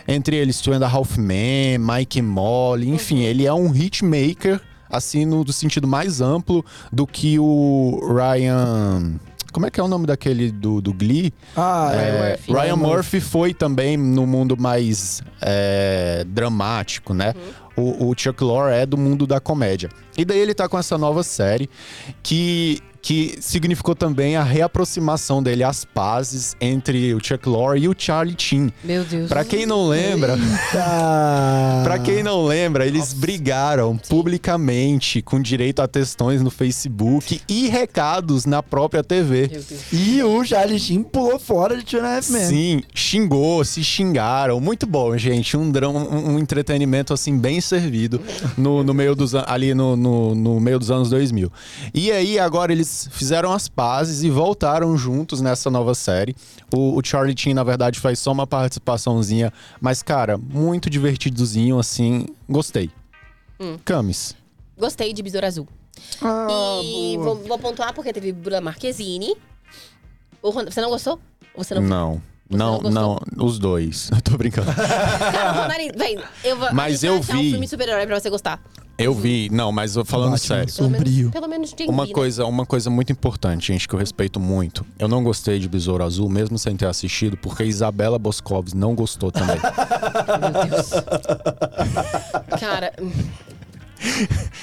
Speaker 3: entre eles Two and a Half Men, Mike and Molly, enfim,
Speaker 2: Uhum.
Speaker 3: ele é um hitmaker, assim, no, do sentido mais amplo do que o Ryan... Como é que é o nome daquele do, do Glee?
Speaker 2: Ah,
Speaker 3: É,
Speaker 2: é.
Speaker 3: Ryan, Murphy foi também no mundo mais é, dramático, né? O, o Chuck Lorre é do mundo da comédia. E daí ele tá com essa nova série que, que significou também a reaproximação dele às pazes entre o Chuck Lorre e o Charlie Chin.
Speaker 4: Meu Deus.
Speaker 3: Pra quem não lembra,
Speaker 2: Tá.
Speaker 3: *laughs* pra quem não lembra, eles brigaram publicamente com direito a testões no Facebook e recados na própria TV.
Speaker 4: Meu Deus.
Speaker 2: E o Charlie Sheen pulou fora de Tirana F mesmo.
Speaker 3: Sim, xingou, se xingaram. Muito bom, gente. Um, drama, um, um entretenimento, assim, bem servido no, no meio dos, an- ali no, no, no meio dos anos 2000. E aí, agora eles fizeram as pazes e voltaram juntos nessa nova série. O, o Charlie Chin, na verdade, faz só uma participaçãozinha. Mas, cara, muito divertidozinho, assim. Gostei. Camis.
Speaker 4: Gostei de Besouro Azul.
Speaker 2: Ah,
Speaker 4: e
Speaker 2: boa.
Speaker 4: vou, vou pontuar porque teve Bruna Marquezine. O Ron- Você não gostou? Você não.
Speaker 3: Não. Não,
Speaker 4: não
Speaker 3: não, os dois. *laughs* Eu tô brincando.
Speaker 4: Cara, Ronari, vem, eu vou.
Speaker 3: Ah. Mas
Speaker 4: a gente
Speaker 3: eu
Speaker 4: vai achar
Speaker 3: vi.
Speaker 4: um filme de super-herói pra você gostar.
Speaker 3: Eu vi, não, mas eu falando
Speaker 2: Batman.
Speaker 3: sério.
Speaker 4: Pelo
Speaker 2: Sombrio.
Speaker 4: menos, pelo menos tem
Speaker 3: Um Uma
Speaker 4: vi, né?
Speaker 3: coisa, uma coisa muito importante, gente, que eu respeito muito. Eu não gostei de Besouro Azul, mesmo sem ter assistido, porque Isabela Boscovs não gostou também.
Speaker 4: Meu Deus.
Speaker 3: *laughs*
Speaker 4: Cara.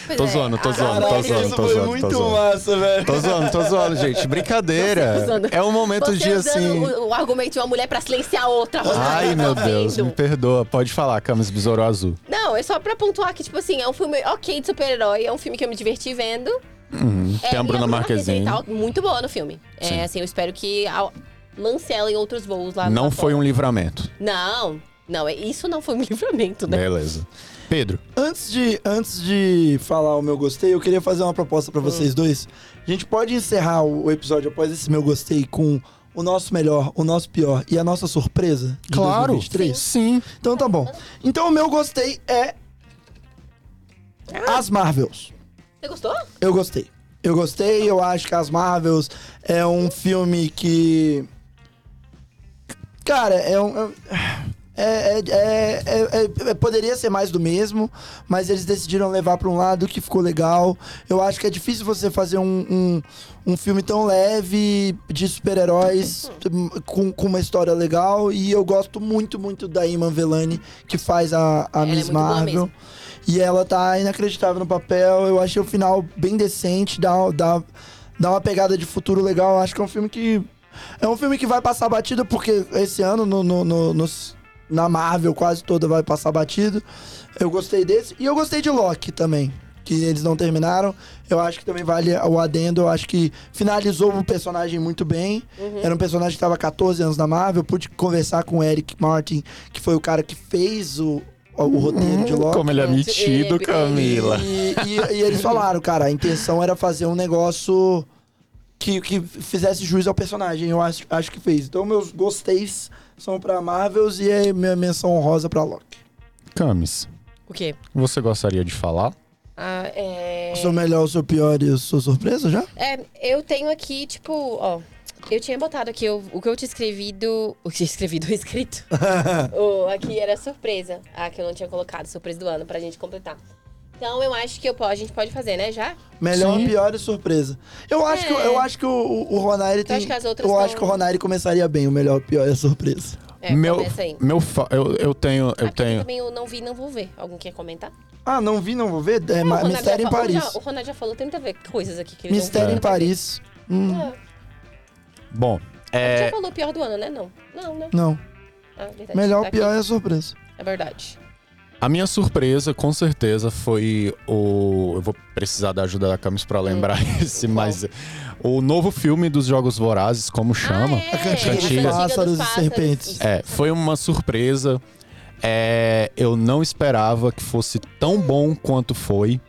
Speaker 4: Pois
Speaker 3: Tô
Speaker 4: é,
Speaker 3: zoando, tô
Speaker 4: a-
Speaker 3: zoando, tô
Speaker 2: Caraca,
Speaker 3: zoando,
Speaker 2: isso
Speaker 3: tô
Speaker 2: foi
Speaker 3: zoando, tô
Speaker 2: muito
Speaker 3: zoando.
Speaker 2: massa, velho.
Speaker 3: *laughs* Tô zoando, tô zoando, gente. Brincadeira.
Speaker 4: Tô tá zoando.
Speaker 3: É um momento
Speaker 4: Você
Speaker 3: de
Speaker 4: usando
Speaker 3: assim.
Speaker 4: O, o argumento de uma mulher pra silenciar a outra. Ronari,
Speaker 3: Ai,
Speaker 4: eu
Speaker 3: meu
Speaker 4: tô
Speaker 3: Deus,
Speaker 4: vendo.
Speaker 3: me perdoa. Pode falar, Camis Besouro Azul.
Speaker 4: Não, é só pra pontuar que, tipo assim, é um filme ok de super-herói, é um filme que eu me diverti vendo. É,
Speaker 3: Tem
Speaker 4: e
Speaker 3: a Bruna
Speaker 4: e
Speaker 3: Marquezine.
Speaker 4: tal, tá? muito boa no filme.
Speaker 3: Sim.
Speaker 4: É, assim, eu espero que a- lance ela em outros voos lá
Speaker 3: Não
Speaker 4: lá
Speaker 3: foi
Speaker 4: fora.
Speaker 3: um É. livramento.
Speaker 4: Não, não, é- isso não foi um *laughs* livramento, né?
Speaker 3: Beleza. Pedro,
Speaker 2: Antes de, antes de falar o meu gostei, eu queria fazer uma proposta pra vocês dois. A gente pode encerrar o o episódio após esse meu gostei com o nosso melhor, o nosso pior e a nossa surpresa de
Speaker 3: claro.
Speaker 2: 2023?
Speaker 3: Sim.
Speaker 2: Então tá bom. Então o meu gostei é as Marvels.
Speaker 4: Você gostou?
Speaker 2: Eu gostei. Eu gostei, eu acho que as Marvels é um filme que. Cara, é um. é um- é- é- é- é- é- é- poderia ser mais do mesmo, mas eles decidiram levar pra um lado que ficou legal. Eu acho que é difícil você fazer um, um, um filme tão leve de super-heróis com, com uma história legal. E eu gosto muito, muito da Iman Velani, que faz a, a
Speaker 4: Ela é
Speaker 2: Miss
Speaker 4: muito boa
Speaker 2: Marvel.
Speaker 4: mesmo.
Speaker 2: E ela tá inacreditável no papel. Eu achei o final bem decente, dá, dá, dá uma pegada de futuro legal. Acho que é um filme que. É um filme que vai passar batido, porque esse ano no, no- no- nos- na Marvel quase toda vai passar batido. Eu gostei desse. E eu gostei de Loki também. que que eles não terminaram. Eu acho que também vale o adendo. Eu acho que finalizou o personagem muito bem. Era um personagem que estava 14 anos na Marvel. Pude conversar com o Eric Martin, que foi o cara que fez o, o roteiro de Loki.
Speaker 3: Como ele é metido,
Speaker 4: Ele-
Speaker 3: Camila.
Speaker 2: E, e- e eles falaram, cara, a intenção era fazer um negócio que, que fizesse juiz ao personagem. Eu acho, acho que fez. Então, meus gosteis são pra Marvels e aí minha menção honrosa pra Loki.
Speaker 3: Camis,
Speaker 4: O quê?
Speaker 3: você gostaria de falar?
Speaker 4: Ah, é...
Speaker 2: Eu Sou melhor, eu sou pior e eu sou surpresa já?
Speaker 4: É, eu tenho aqui, tipo, ó. Eu tinha botado aqui o, o que eu tinha escrevido. O que tinha
Speaker 2: *laughs*
Speaker 4: escrevido, *laughs* escrito. o, aqui era surpresa. Ah, que eu não tinha colocado, surpresa do ano, pra gente completar. Então eu acho que eu po- a gente pode fazer, né? Já?
Speaker 2: Melhor,
Speaker 3: Sim.
Speaker 2: pior e surpresa. Eu acho que,
Speaker 4: É.
Speaker 2: eu acho que o, o, o Ronari tem.
Speaker 4: acho que as outras
Speaker 2: eu acho
Speaker 4: são-
Speaker 2: que o Ronari começaria bem, o melhor, pior e a surpresa.
Speaker 4: É,
Speaker 3: meu,
Speaker 4: começa aí.
Speaker 3: meu, fa- eu, eu tenho, eu
Speaker 4: Ah, porque
Speaker 3: tenho.
Speaker 4: também eu não vi, não vou ver. Alguém quer comentar?
Speaker 2: Ah, não vi, não vou ver? É,
Speaker 4: Não, o
Speaker 2: ma-
Speaker 4: Ronaldo
Speaker 2: Mistério
Speaker 4: já
Speaker 2: em
Speaker 4: fa- o
Speaker 2: Paris.
Speaker 4: Ronaldo- O Ronaldo já falou 30 ve- coisas aqui que ele
Speaker 2: Mistério em
Speaker 4: não viu.
Speaker 2: Paris. Hum,
Speaker 3: Bom,
Speaker 4: É.
Speaker 3: é,
Speaker 4: Já falou o pior do ano, né? Não. Não, né?
Speaker 2: não.
Speaker 4: Ah, verdade.
Speaker 2: Melhor,
Speaker 4: Tá aqui.
Speaker 2: pior e a surpresa.
Speaker 4: É verdade.
Speaker 3: a minha surpresa, com certeza, foi o. Eu vou precisar da ajuda da Camis pra lembrar
Speaker 4: Hum.
Speaker 3: esse, mas o novo filme dos Jogos Vorazes, como chama?
Speaker 4: Ah, é.
Speaker 2: A cantiga
Speaker 3: dos
Speaker 4: Cantiga
Speaker 2: pássaros e serpentes.
Speaker 4: Isso.
Speaker 3: É, foi uma surpresa. É, eu não esperava que fosse tão bom quanto foi.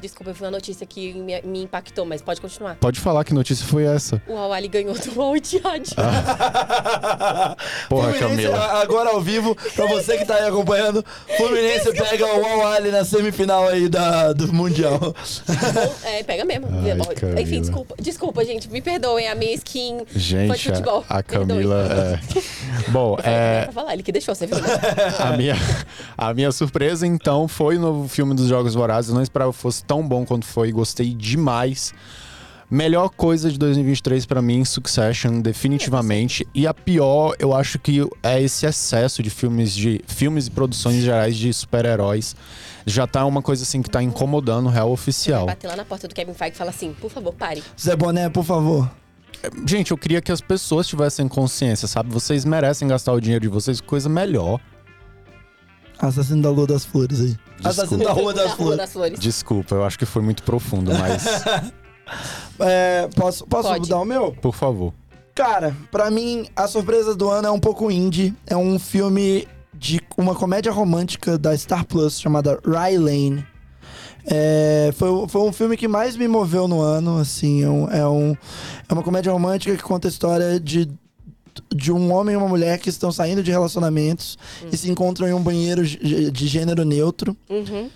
Speaker 4: Desculpa, foi uma notícia que me, me impactou, mas pode continuar.
Speaker 3: Pode falar que notícia foi essa.
Speaker 4: O Awali ganhou do Al Ittihad.
Speaker 3: Ah. Porra,
Speaker 2: Fluminense,
Speaker 3: Camila.
Speaker 2: a- agora ao vivo, pra você que tá aí acompanhando, Fluminense pega o Al-Ali na semifinal aí da, do Mundial.
Speaker 4: Bom, é, pega mesmo.
Speaker 3: Ai,
Speaker 4: Ó,
Speaker 3: Camila.
Speaker 4: Enfim, desculpa. Desculpa, gente. Me perdoem. A minha skin foi de
Speaker 3: Gente,
Speaker 4: futebol.
Speaker 3: a, a
Speaker 4: Perdoem.
Speaker 3: Camila. é. Bom, é,
Speaker 4: *laughs* Pra falar, ele que deixou, você viu? né?
Speaker 3: a, minha, a minha surpresa, então, foi o novo filme dos Jogos Vorazes. Eu não esperava que fosse tão bom quanto foi. Gostei demais. Melhor coisa de 2023 pra mim, Succession, definitivamente. E a pior, eu acho que é esse excesso de filmes de filmes e produções gerais de super-heróis. Já tá uma coisa assim que tá incomodando o real
Speaker 4: Vai
Speaker 3: oficial.
Speaker 4: bater lá na porta do Kevin Feige e falar assim, por favor, pare.
Speaker 2: Zé Boné, por favor.
Speaker 3: Gente, eu queria que as pessoas tivessem consciência, sabe? Vocês merecem gastar o dinheiro de vocês com coisa melhor.
Speaker 2: Assassino da Lua das Flores aí.
Speaker 3: Desculpa.
Speaker 2: Assassino da Rua
Speaker 4: *laughs*
Speaker 2: das
Speaker 4: Na
Speaker 2: Flores.
Speaker 4: das Flores.
Speaker 3: Desculpa, eu acho que foi muito profundo, mas
Speaker 2: É, posso posso
Speaker 4: Pode.
Speaker 2: dar o meu?
Speaker 3: por favor.
Speaker 2: Cara, pra mim, a surpresa do ano é um pouco indie. É um filme de uma comédia romântica da Star Plus chamada Rylane. É, foi, o- foi um filme que mais me moveu no ano, assim. É, um, é, um- é uma comédia romântica que conta a história de, de um homem e uma mulher que estão saindo de relacionamentos e se encontram em um banheiro de de gênero neutro.
Speaker 4: Uhum.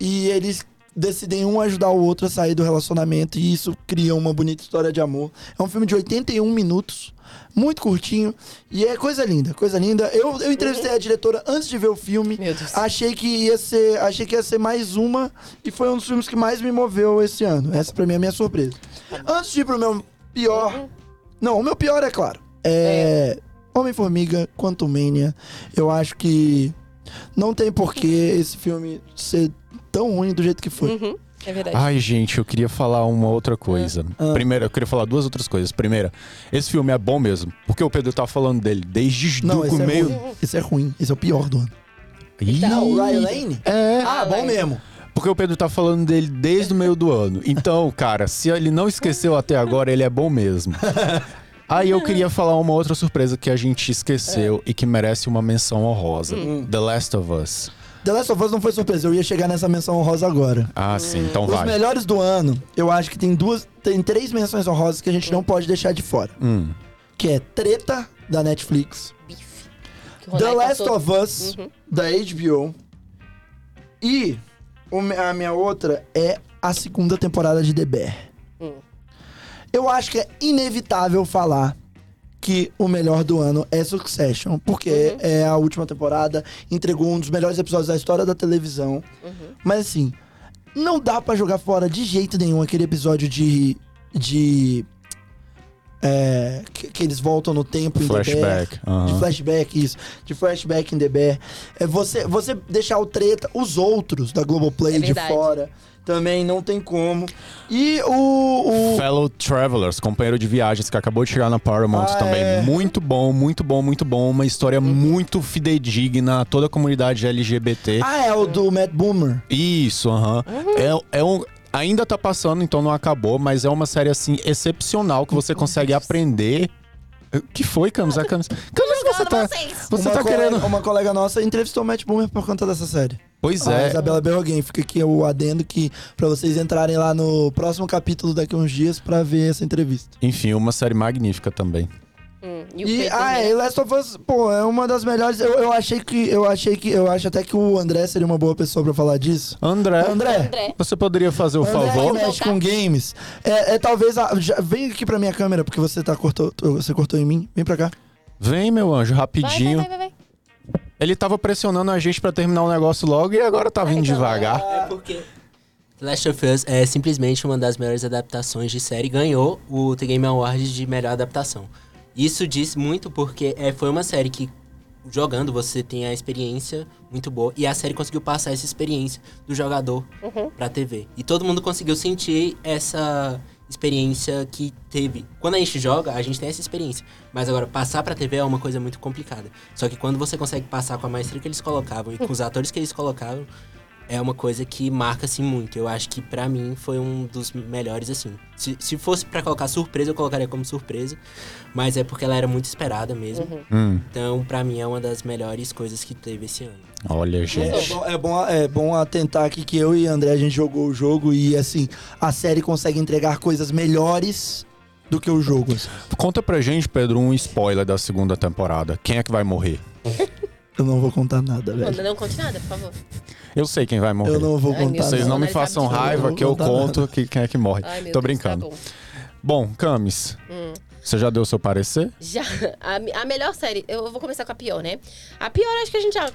Speaker 2: E eles decidem um ajudar o outro a sair do relacionamento e isso cria uma bonita história de amor. É um filme de 81 minutos, muito curtinho e é coisa linda, coisa linda. Eu, eu entrevistei a diretora antes de ver o filme.
Speaker 4: Meu Deus.
Speaker 2: Achei que ia ser, achei que ia ser mais uma e foi um dos filmes que mais me moveu esse ano. Essa pra mim é a minha surpresa. Antes de ir pro meu pior, não, o meu pior é claro. Uhum. É, Homem-Formiga, Quantumania. Eu acho que não tem porquê esse filme ser tão ruim do jeito que foi.
Speaker 4: Uhum. É verdade.
Speaker 3: Ai, gente, eu queria falar uma outra coisa.
Speaker 2: Ah.
Speaker 3: Primeiro, eu queria falar duas outras coisas. Primeira, esse filme é bom mesmo, porque o Pedro tá falando dele desde
Speaker 2: Não,
Speaker 3: o
Speaker 2: esse é,
Speaker 3: meio.
Speaker 2: ruim. esse é ruim. Esse é o pior do ano.
Speaker 3: Ih,
Speaker 2: Não, Ryan Lane?
Speaker 3: É,
Speaker 2: Ah, bom
Speaker 4: Lane.
Speaker 2: mesmo.
Speaker 3: porque o Pedro tá falando dele desde o meio do ano. Então, cara, se ele não esqueceu até agora, ele é
Speaker 2: *laughs*
Speaker 3: bom mesmo. Aí eu queria falar uma outra surpresa que a gente esqueceu
Speaker 2: É.
Speaker 3: e que merece uma menção honrosa.
Speaker 2: Hum.
Speaker 3: The Last of Us.
Speaker 2: The Last of Us não foi surpresa. Eu ia chegar nessa menção honrosa agora.
Speaker 3: Ah, sim, então
Speaker 2: Os
Speaker 3: vai.
Speaker 2: melhores do ano, eu acho que tem duas, tem três menções honrosas que a gente não pode deixar de fora.
Speaker 3: Hum.
Speaker 2: Que é Treta da Netflix,
Speaker 4: Bife. Que tá o
Speaker 2: The
Speaker 4: Ronaldo
Speaker 2: Last
Speaker 4: passou-
Speaker 2: of Us
Speaker 4: Uhum.
Speaker 2: da HBO e o me- a minha outra é a segunda temporada de The Bear.
Speaker 4: Hum.
Speaker 2: Eu acho que é inevitável falar que o melhor do ano é Succession, porque
Speaker 4: Uhum.
Speaker 2: é a última temporada, entregou um dos melhores episódios da história da televisão.
Speaker 4: Uhum.
Speaker 2: Mas assim, não dá pra jogar fora de jeito nenhum aquele episódio de de é, que, que eles voltam no tempo em The Bear.
Speaker 3: Flashback, aham.
Speaker 2: De flashback, isso. De flashback em The Bear. É você, você deixar o treta, os outros da Globoplay
Speaker 4: É
Speaker 2: de
Speaker 4: verdade.
Speaker 2: fora. Também não tem como. E o. o-
Speaker 3: Fellow Travelers, companheiro de viagens, que acabou de chegar na Paramount
Speaker 2: Ah,
Speaker 3: também.
Speaker 2: é. Uhum.
Speaker 3: Muito bom, muito bom, muito bom. Uma história muito fidedigna a toda a comunidade LGBT.
Speaker 2: Ah, Uhum. é o do Matt Boomer.
Speaker 3: Isso, aham. É, é um. Ainda tá passando, então não acabou, mas é uma série assim excepcional que você consegue aprender. O que foi, Camus? A Camus, Camus você
Speaker 4: Falando
Speaker 3: tá,
Speaker 4: vocês.
Speaker 3: você
Speaker 2: uma,
Speaker 3: tá
Speaker 2: colega,
Speaker 3: querendo.
Speaker 2: uma colega nossa entrevistou o Matt Boomer por conta dessa série.
Speaker 3: Pois
Speaker 2: A
Speaker 3: é.
Speaker 2: Isabela Berroguin. Fica aqui o adendo que pra vocês entrarem lá no próximo capítulo daqui a uns dias pra ver essa entrevista.
Speaker 3: Enfim, uma série magnífica também.
Speaker 4: Hum, e o
Speaker 2: E,
Speaker 4: Peter
Speaker 2: ah,
Speaker 4: Miller.
Speaker 2: é, Last of Us, pô, é uma das melhores. Eu, eu achei que. Eu achei que. Eu acho até que o André seria uma boa pessoa pra falar disso.
Speaker 3: André,
Speaker 2: André,
Speaker 4: André.
Speaker 3: você poderia fazer o
Speaker 2: André
Speaker 3: favor?
Speaker 2: que é, mexe com games. É, é talvez. a- já- vem aqui pra minha câmera, porque você tá cortou. Você cortou em mim. Vem pra cá.
Speaker 3: Vem, meu anjo,
Speaker 4: Vai, vai,
Speaker 3: rapidinho.
Speaker 4: vai, vai, vai.
Speaker 3: Ele tava pressionando a gente pra terminar o negócio logo e agora tá vindo devagar.
Speaker 5: É porque. The Last of Us é simplesmente uma das melhores adaptações de série. Ganhou o The Game Awards de melhor adaptação. Isso diz muito porque é, foi uma série que, jogando, você tem a experiência muito boa. E a série conseguiu passar essa experiência do jogador pra TV. E todo mundo conseguiu sentir essa experiência que teve. Quando a gente joga, a gente tem essa experiência. Mas agora, passar pra TV é uma coisa muito complicada. Só que quando você consegue passar com a maestria que eles colocavam e com os atores que eles colocavam, é uma coisa que marca, assim, muito. Eu acho que, pra mim, foi um dos melhores, assim. Se, se fosse pra colocar surpresa, eu colocaria como surpresa. Mas é porque ela era muito esperada mesmo.
Speaker 3: Hum,
Speaker 5: Então, pra mim, é uma das melhores coisas que teve esse ano.
Speaker 3: olha,
Speaker 2: É
Speaker 3: gente.
Speaker 2: bom, é, bom, é bom atentar aqui que eu e André, a gente jogou o jogo e, assim, a série consegue entregar coisas melhores do que o jogo. assim.
Speaker 3: Conta pra gente, Pedro, um spoiler da segunda temporada. Quem é que vai morrer?
Speaker 2: Eu não vou contar nada, velho.
Speaker 4: Não, não conte nada, por favor.
Speaker 3: Eu sei quem vai morrer.
Speaker 2: Eu não vou
Speaker 4: Ai, meu
Speaker 2: contar
Speaker 4: Deus.
Speaker 3: Vocês
Speaker 2: nada.
Speaker 3: não me
Speaker 4: Ele sabe
Speaker 3: façam
Speaker 4: de tudo.
Speaker 3: raiva que eu
Speaker 2: Não dá
Speaker 3: conto que- quem é que morre.
Speaker 4: Ai, meu
Speaker 3: Tô
Speaker 4: Deus,
Speaker 3: brincando.
Speaker 4: tá bom.
Speaker 3: Bom, Camis,
Speaker 4: Hum.
Speaker 3: você já deu seu parecer?
Speaker 4: Já, a, me- a melhor série, eu vou começar com a pior, né? A pior, acho que a gente já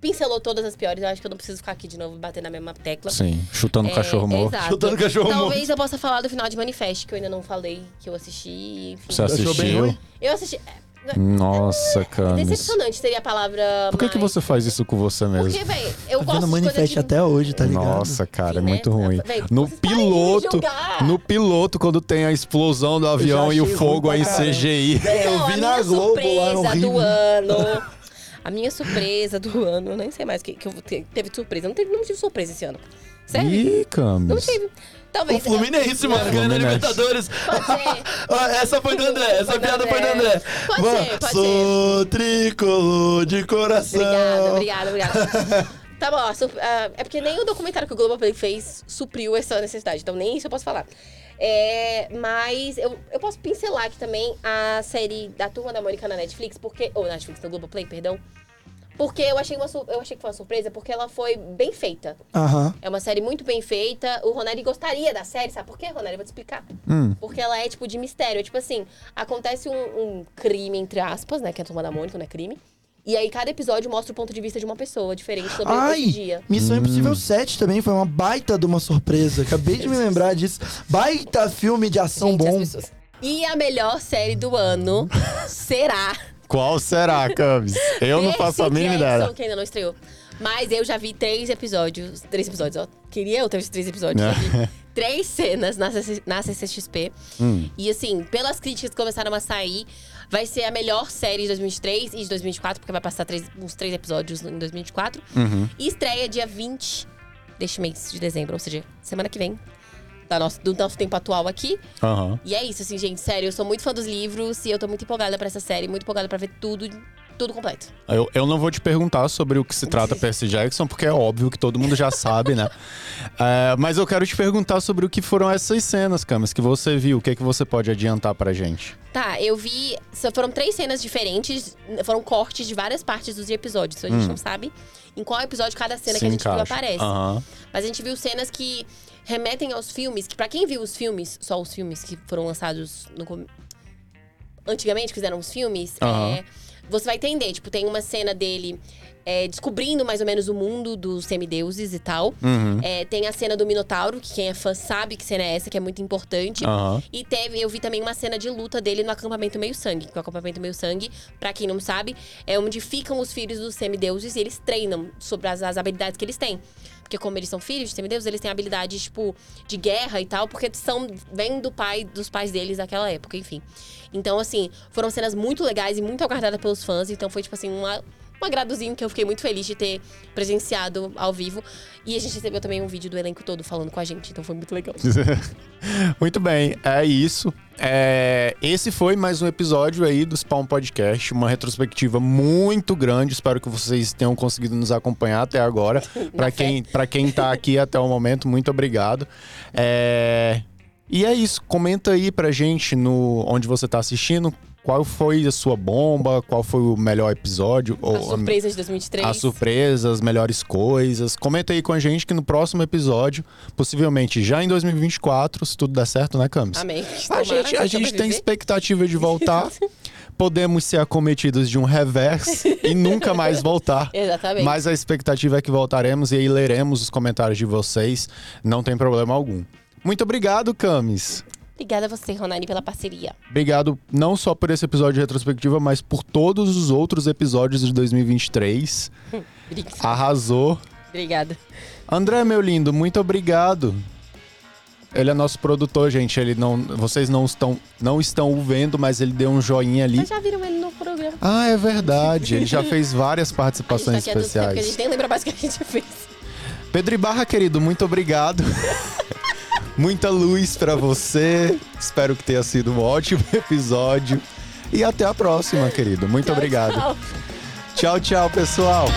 Speaker 4: pincelou todas as piores. Eu acho que eu não preciso ficar aqui de novo batendo na mesma tecla.
Speaker 3: Sim, chutando o
Speaker 4: É,
Speaker 3: cachorro morto.
Speaker 4: exato.
Speaker 2: Chutando cachorro
Speaker 4: Talvez eu possa falar do final de Manifest, que eu ainda não falei, que eu assisti, enfim.
Speaker 3: Você
Speaker 2: Achou bem
Speaker 3: assistiu?
Speaker 2: ruim?
Speaker 4: Eu assisti. é,
Speaker 3: Nossa, Camis.
Speaker 4: Decepcionante seria a palavra.
Speaker 3: Por que, que
Speaker 4: mais-
Speaker 3: você faz isso com você mesmo?
Speaker 4: Porque, véi, eu
Speaker 2: Tá vendo
Speaker 4: gosto de coisa
Speaker 2: Manifest
Speaker 4: de...
Speaker 2: até hoje, tá ligado?
Speaker 3: Nossa, cara, é
Speaker 4: Sim, né?
Speaker 3: muito ruim.
Speaker 4: Véi,
Speaker 3: No
Speaker 4: vocês parem de
Speaker 3: piloto,
Speaker 4: julgar.
Speaker 3: no piloto, quando tem a explosão do avião e o
Speaker 2: achei
Speaker 3: fogo
Speaker 2: ruim
Speaker 3: aí
Speaker 2: pra caramba.
Speaker 3: CGI.
Speaker 2: É, eu
Speaker 4: Não,
Speaker 2: vi
Speaker 4: a
Speaker 2: na
Speaker 4: minha
Speaker 2: Globo lá no
Speaker 4: surpresa
Speaker 2: Rio.
Speaker 4: do ano. A minha surpresa do ano, eu nem sei mais que, que eu te- teve surpresa. Eu Não, teve, não tive surpresa esse ano. Sério?
Speaker 3: Ih,
Speaker 4: Não
Speaker 3: Camis.
Speaker 4: tive. Talvez.
Speaker 2: O Fluminense, mano, ganhando a
Speaker 3: Fluminense.
Speaker 2: Libertadores.
Speaker 4: Pode ser.
Speaker 2: Ah, Essa foi do André, essa
Speaker 4: Foi do
Speaker 2: piada foi do
Speaker 4: André.
Speaker 2: André.
Speaker 4: Pode
Speaker 2: Vamos.
Speaker 4: ser, pode
Speaker 2: Sou tricolor de coração.
Speaker 4: Obrigada,
Speaker 2: *laughs*
Speaker 4: obrigada, obrigada. Tá bom, a sur- ah, é porque nem o documentário que o Globoplay fez supriu essa necessidade, então nem isso eu posso falar. É, mas eu, eu posso pincelar aqui também a série da Turma da Mônica na Netflix, porque. Ou na Netflix, no Globoplay, perdão. Porque eu achei, uma, sur- eu achei que foi uma surpresa, porque ela foi bem feita.
Speaker 2: Aham.
Speaker 4: É uma série muito bem feita. O Ronelli gostaria da série, sabe por quê, Ronelli? Eu Vou te explicar.
Speaker 2: Hum.
Speaker 4: Porque ela é tipo de mistério. É Tipo assim, acontece um, um crime, entre aspas, né? Que é a turma da Mônica, não é crime. E aí cada episódio mostra o ponto de vista de uma pessoa diferente sobre
Speaker 2: Ai,
Speaker 4: esse dia.
Speaker 2: Missão Impossível 7 também foi uma baita de uma surpresa. Acabei
Speaker 4: *laughs*
Speaker 2: de me lembrar disso. Baita filme de ação
Speaker 4: Gente, as
Speaker 2: bom.
Speaker 4: pessoas. E a melhor série
Speaker 2: *laughs*
Speaker 4: do ano será.
Speaker 3: Qual será, Camis? Eu não faço a
Speaker 4: Percy
Speaker 3: mínima
Speaker 4: Jackson,
Speaker 3: ideia.
Speaker 4: Que ainda não estreou. Mas eu já vi três episódios. Três episódios, ó. Queria eu ter visto três episódios. Já
Speaker 3: É. *laughs*
Speaker 4: vi três cenas na, CC na CCXP.
Speaker 3: Hum.
Speaker 4: E assim, pelas críticas que começaram a sair, vai ser a melhor série de 2023 e de 2024, porque vai passar três- uns três episódios em 2024.
Speaker 3: Uhum.
Speaker 4: E estreia dia 20 deste mês de dezembro, ou seja, semana que vem. Da nossa, do nosso tempo atual aqui.
Speaker 3: Aham.
Speaker 4: E é isso, assim, gente. Sério, eu sou muito fã dos livros e eu tô muito empolgada pra essa série, muito empolgada pra ver tudo, tudo completo.
Speaker 3: Eu, eu não vou te perguntar sobre o que se trata Percy Jackson, porque é óbvio que todo mundo já sabe,
Speaker 4: *laughs*
Speaker 3: né? É, mas eu quero te perguntar sobre o que foram essas cenas, Camis, que você viu. O que, é que você pode adiantar pra gente?
Speaker 4: Tá, eu vi. só Foram três cenas diferentes, foram cortes de várias partes dos episódios. Então a gente não sabe em qual episódio cada cena
Speaker 3: Hum. Se
Speaker 4: que a gente
Speaker 3: encaixa.
Speaker 4: viu aparece.
Speaker 3: Aham.
Speaker 4: Mas a gente viu cenas que remetem aos filmes, que pra quem viu os filmes, só os filmes que foram lançados no com- antigamente, que fizeram os filmes,
Speaker 3: Aham.
Speaker 4: é, você vai entender. Tipo, tem uma cena dele é, descobrindo mais ou menos o mundo dos semideuses e tal.
Speaker 3: Uhum.
Speaker 4: É, tem a cena do Minotauro, que quem é fã sabe que cena é essa, que é muito importante.
Speaker 3: Aham.
Speaker 4: E teve, eu vi também uma cena de luta dele no acampamento Meio Sangue. Que o acampamento Meio Sangue, pra quem não sabe, é onde ficam os filhos dos semideuses e eles treinam sobre as, as habilidades que eles têm. Porque como eles são filhos de semideuses, eles têm habilidades, tipo, de guerra e tal, porque são vêm do pai, dos pais deles daquela época, enfim. Então, assim, foram cenas muito legais e muito aguardadas pelos fãs. Então foi, tipo assim, uma, um agradozinho que eu fiquei muito feliz de ter presenciado ao vivo. E a gente recebeu também um vídeo do elenco todo falando com a gente, então foi muito legal.
Speaker 3: Muito bem, é isso. É, esse foi mais um episódio aí do Spawn Podcast, uma retrospectiva muito grande. Espero que vocês tenham conseguido nos acompanhar até agora. Para
Speaker 4: Na fé.
Speaker 3: quem, pra quem tá aqui até o momento, muito obrigado. É, e é isso, comenta aí pra gente no onde você tá assistindo, qual foi a sua bomba, qual foi o melhor episódio
Speaker 4: As
Speaker 3: ou
Speaker 4: surpresas de 2003.
Speaker 3: as surpresas, as melhores coisas. Comenta aí com a gente que no próximo episódio, possivelmente já em 2024, se tudo der certo, né, Camis?
Speaker 4: Amém.
Speaker 3: A
Speaker 4: Tomara
Speaker 3: gente,
Speaker 4: que
Speaker 3: a gente tem
Speaker 4: sobreviver.
Speaker 3: expectativa de
Speaker 4: *laughs*
Speaker 3: voltar. Podemos ser acometidos de um reverso e nunca mais voltar.
Speaker 4: *laughs* Exatamente.
Speaker 3: Mas a expectativa é que voltaremos e aí leremos os comentários de vocês. Não tem problema algum. Muito obrigado, Camis.
Speaker 4: Obrigada a você, Ronani, pela parceria.
Speaker 3: Obrigado não só por esse episódio de retrospectiva, mas por todos os outros episódios de 2023.
Speaker 4: Obrigada.
Speaker 3: Arrasou.
Speaker 4: Obrigada.
Speaker 3: André, meu lindo, muito obrigado. Ele é nosso produtor, gente. Ele não, vocês não estão, não estão o vendo, mas ele deu um joinha ali.
Speaker 4: Vocês já viram ele no programa.
Speaker 3: Ah, é verdade. Ele já fez várias
Speaker 4: a
Speaker 3: participações
Speaker 4: gente tá aqui há tanto tempo que a
Speaker 3: especiais.
Speaker 4: gente nem lembra mais o que a gente fez.
Speaker 3: Pedro Ibarra, querido, muito
Speaker 4: *laughs*
Speaker 3: obrigado. Muita luz pra você. Espero que tenha sido um ótimo *laughs* episódio. E até a próxima, querido. Muito
Speaker 4: Tchau,
Speaker 3: obrigado.
Speaker 4: tchau.
Speaker 3: tchau, tchau pessoal.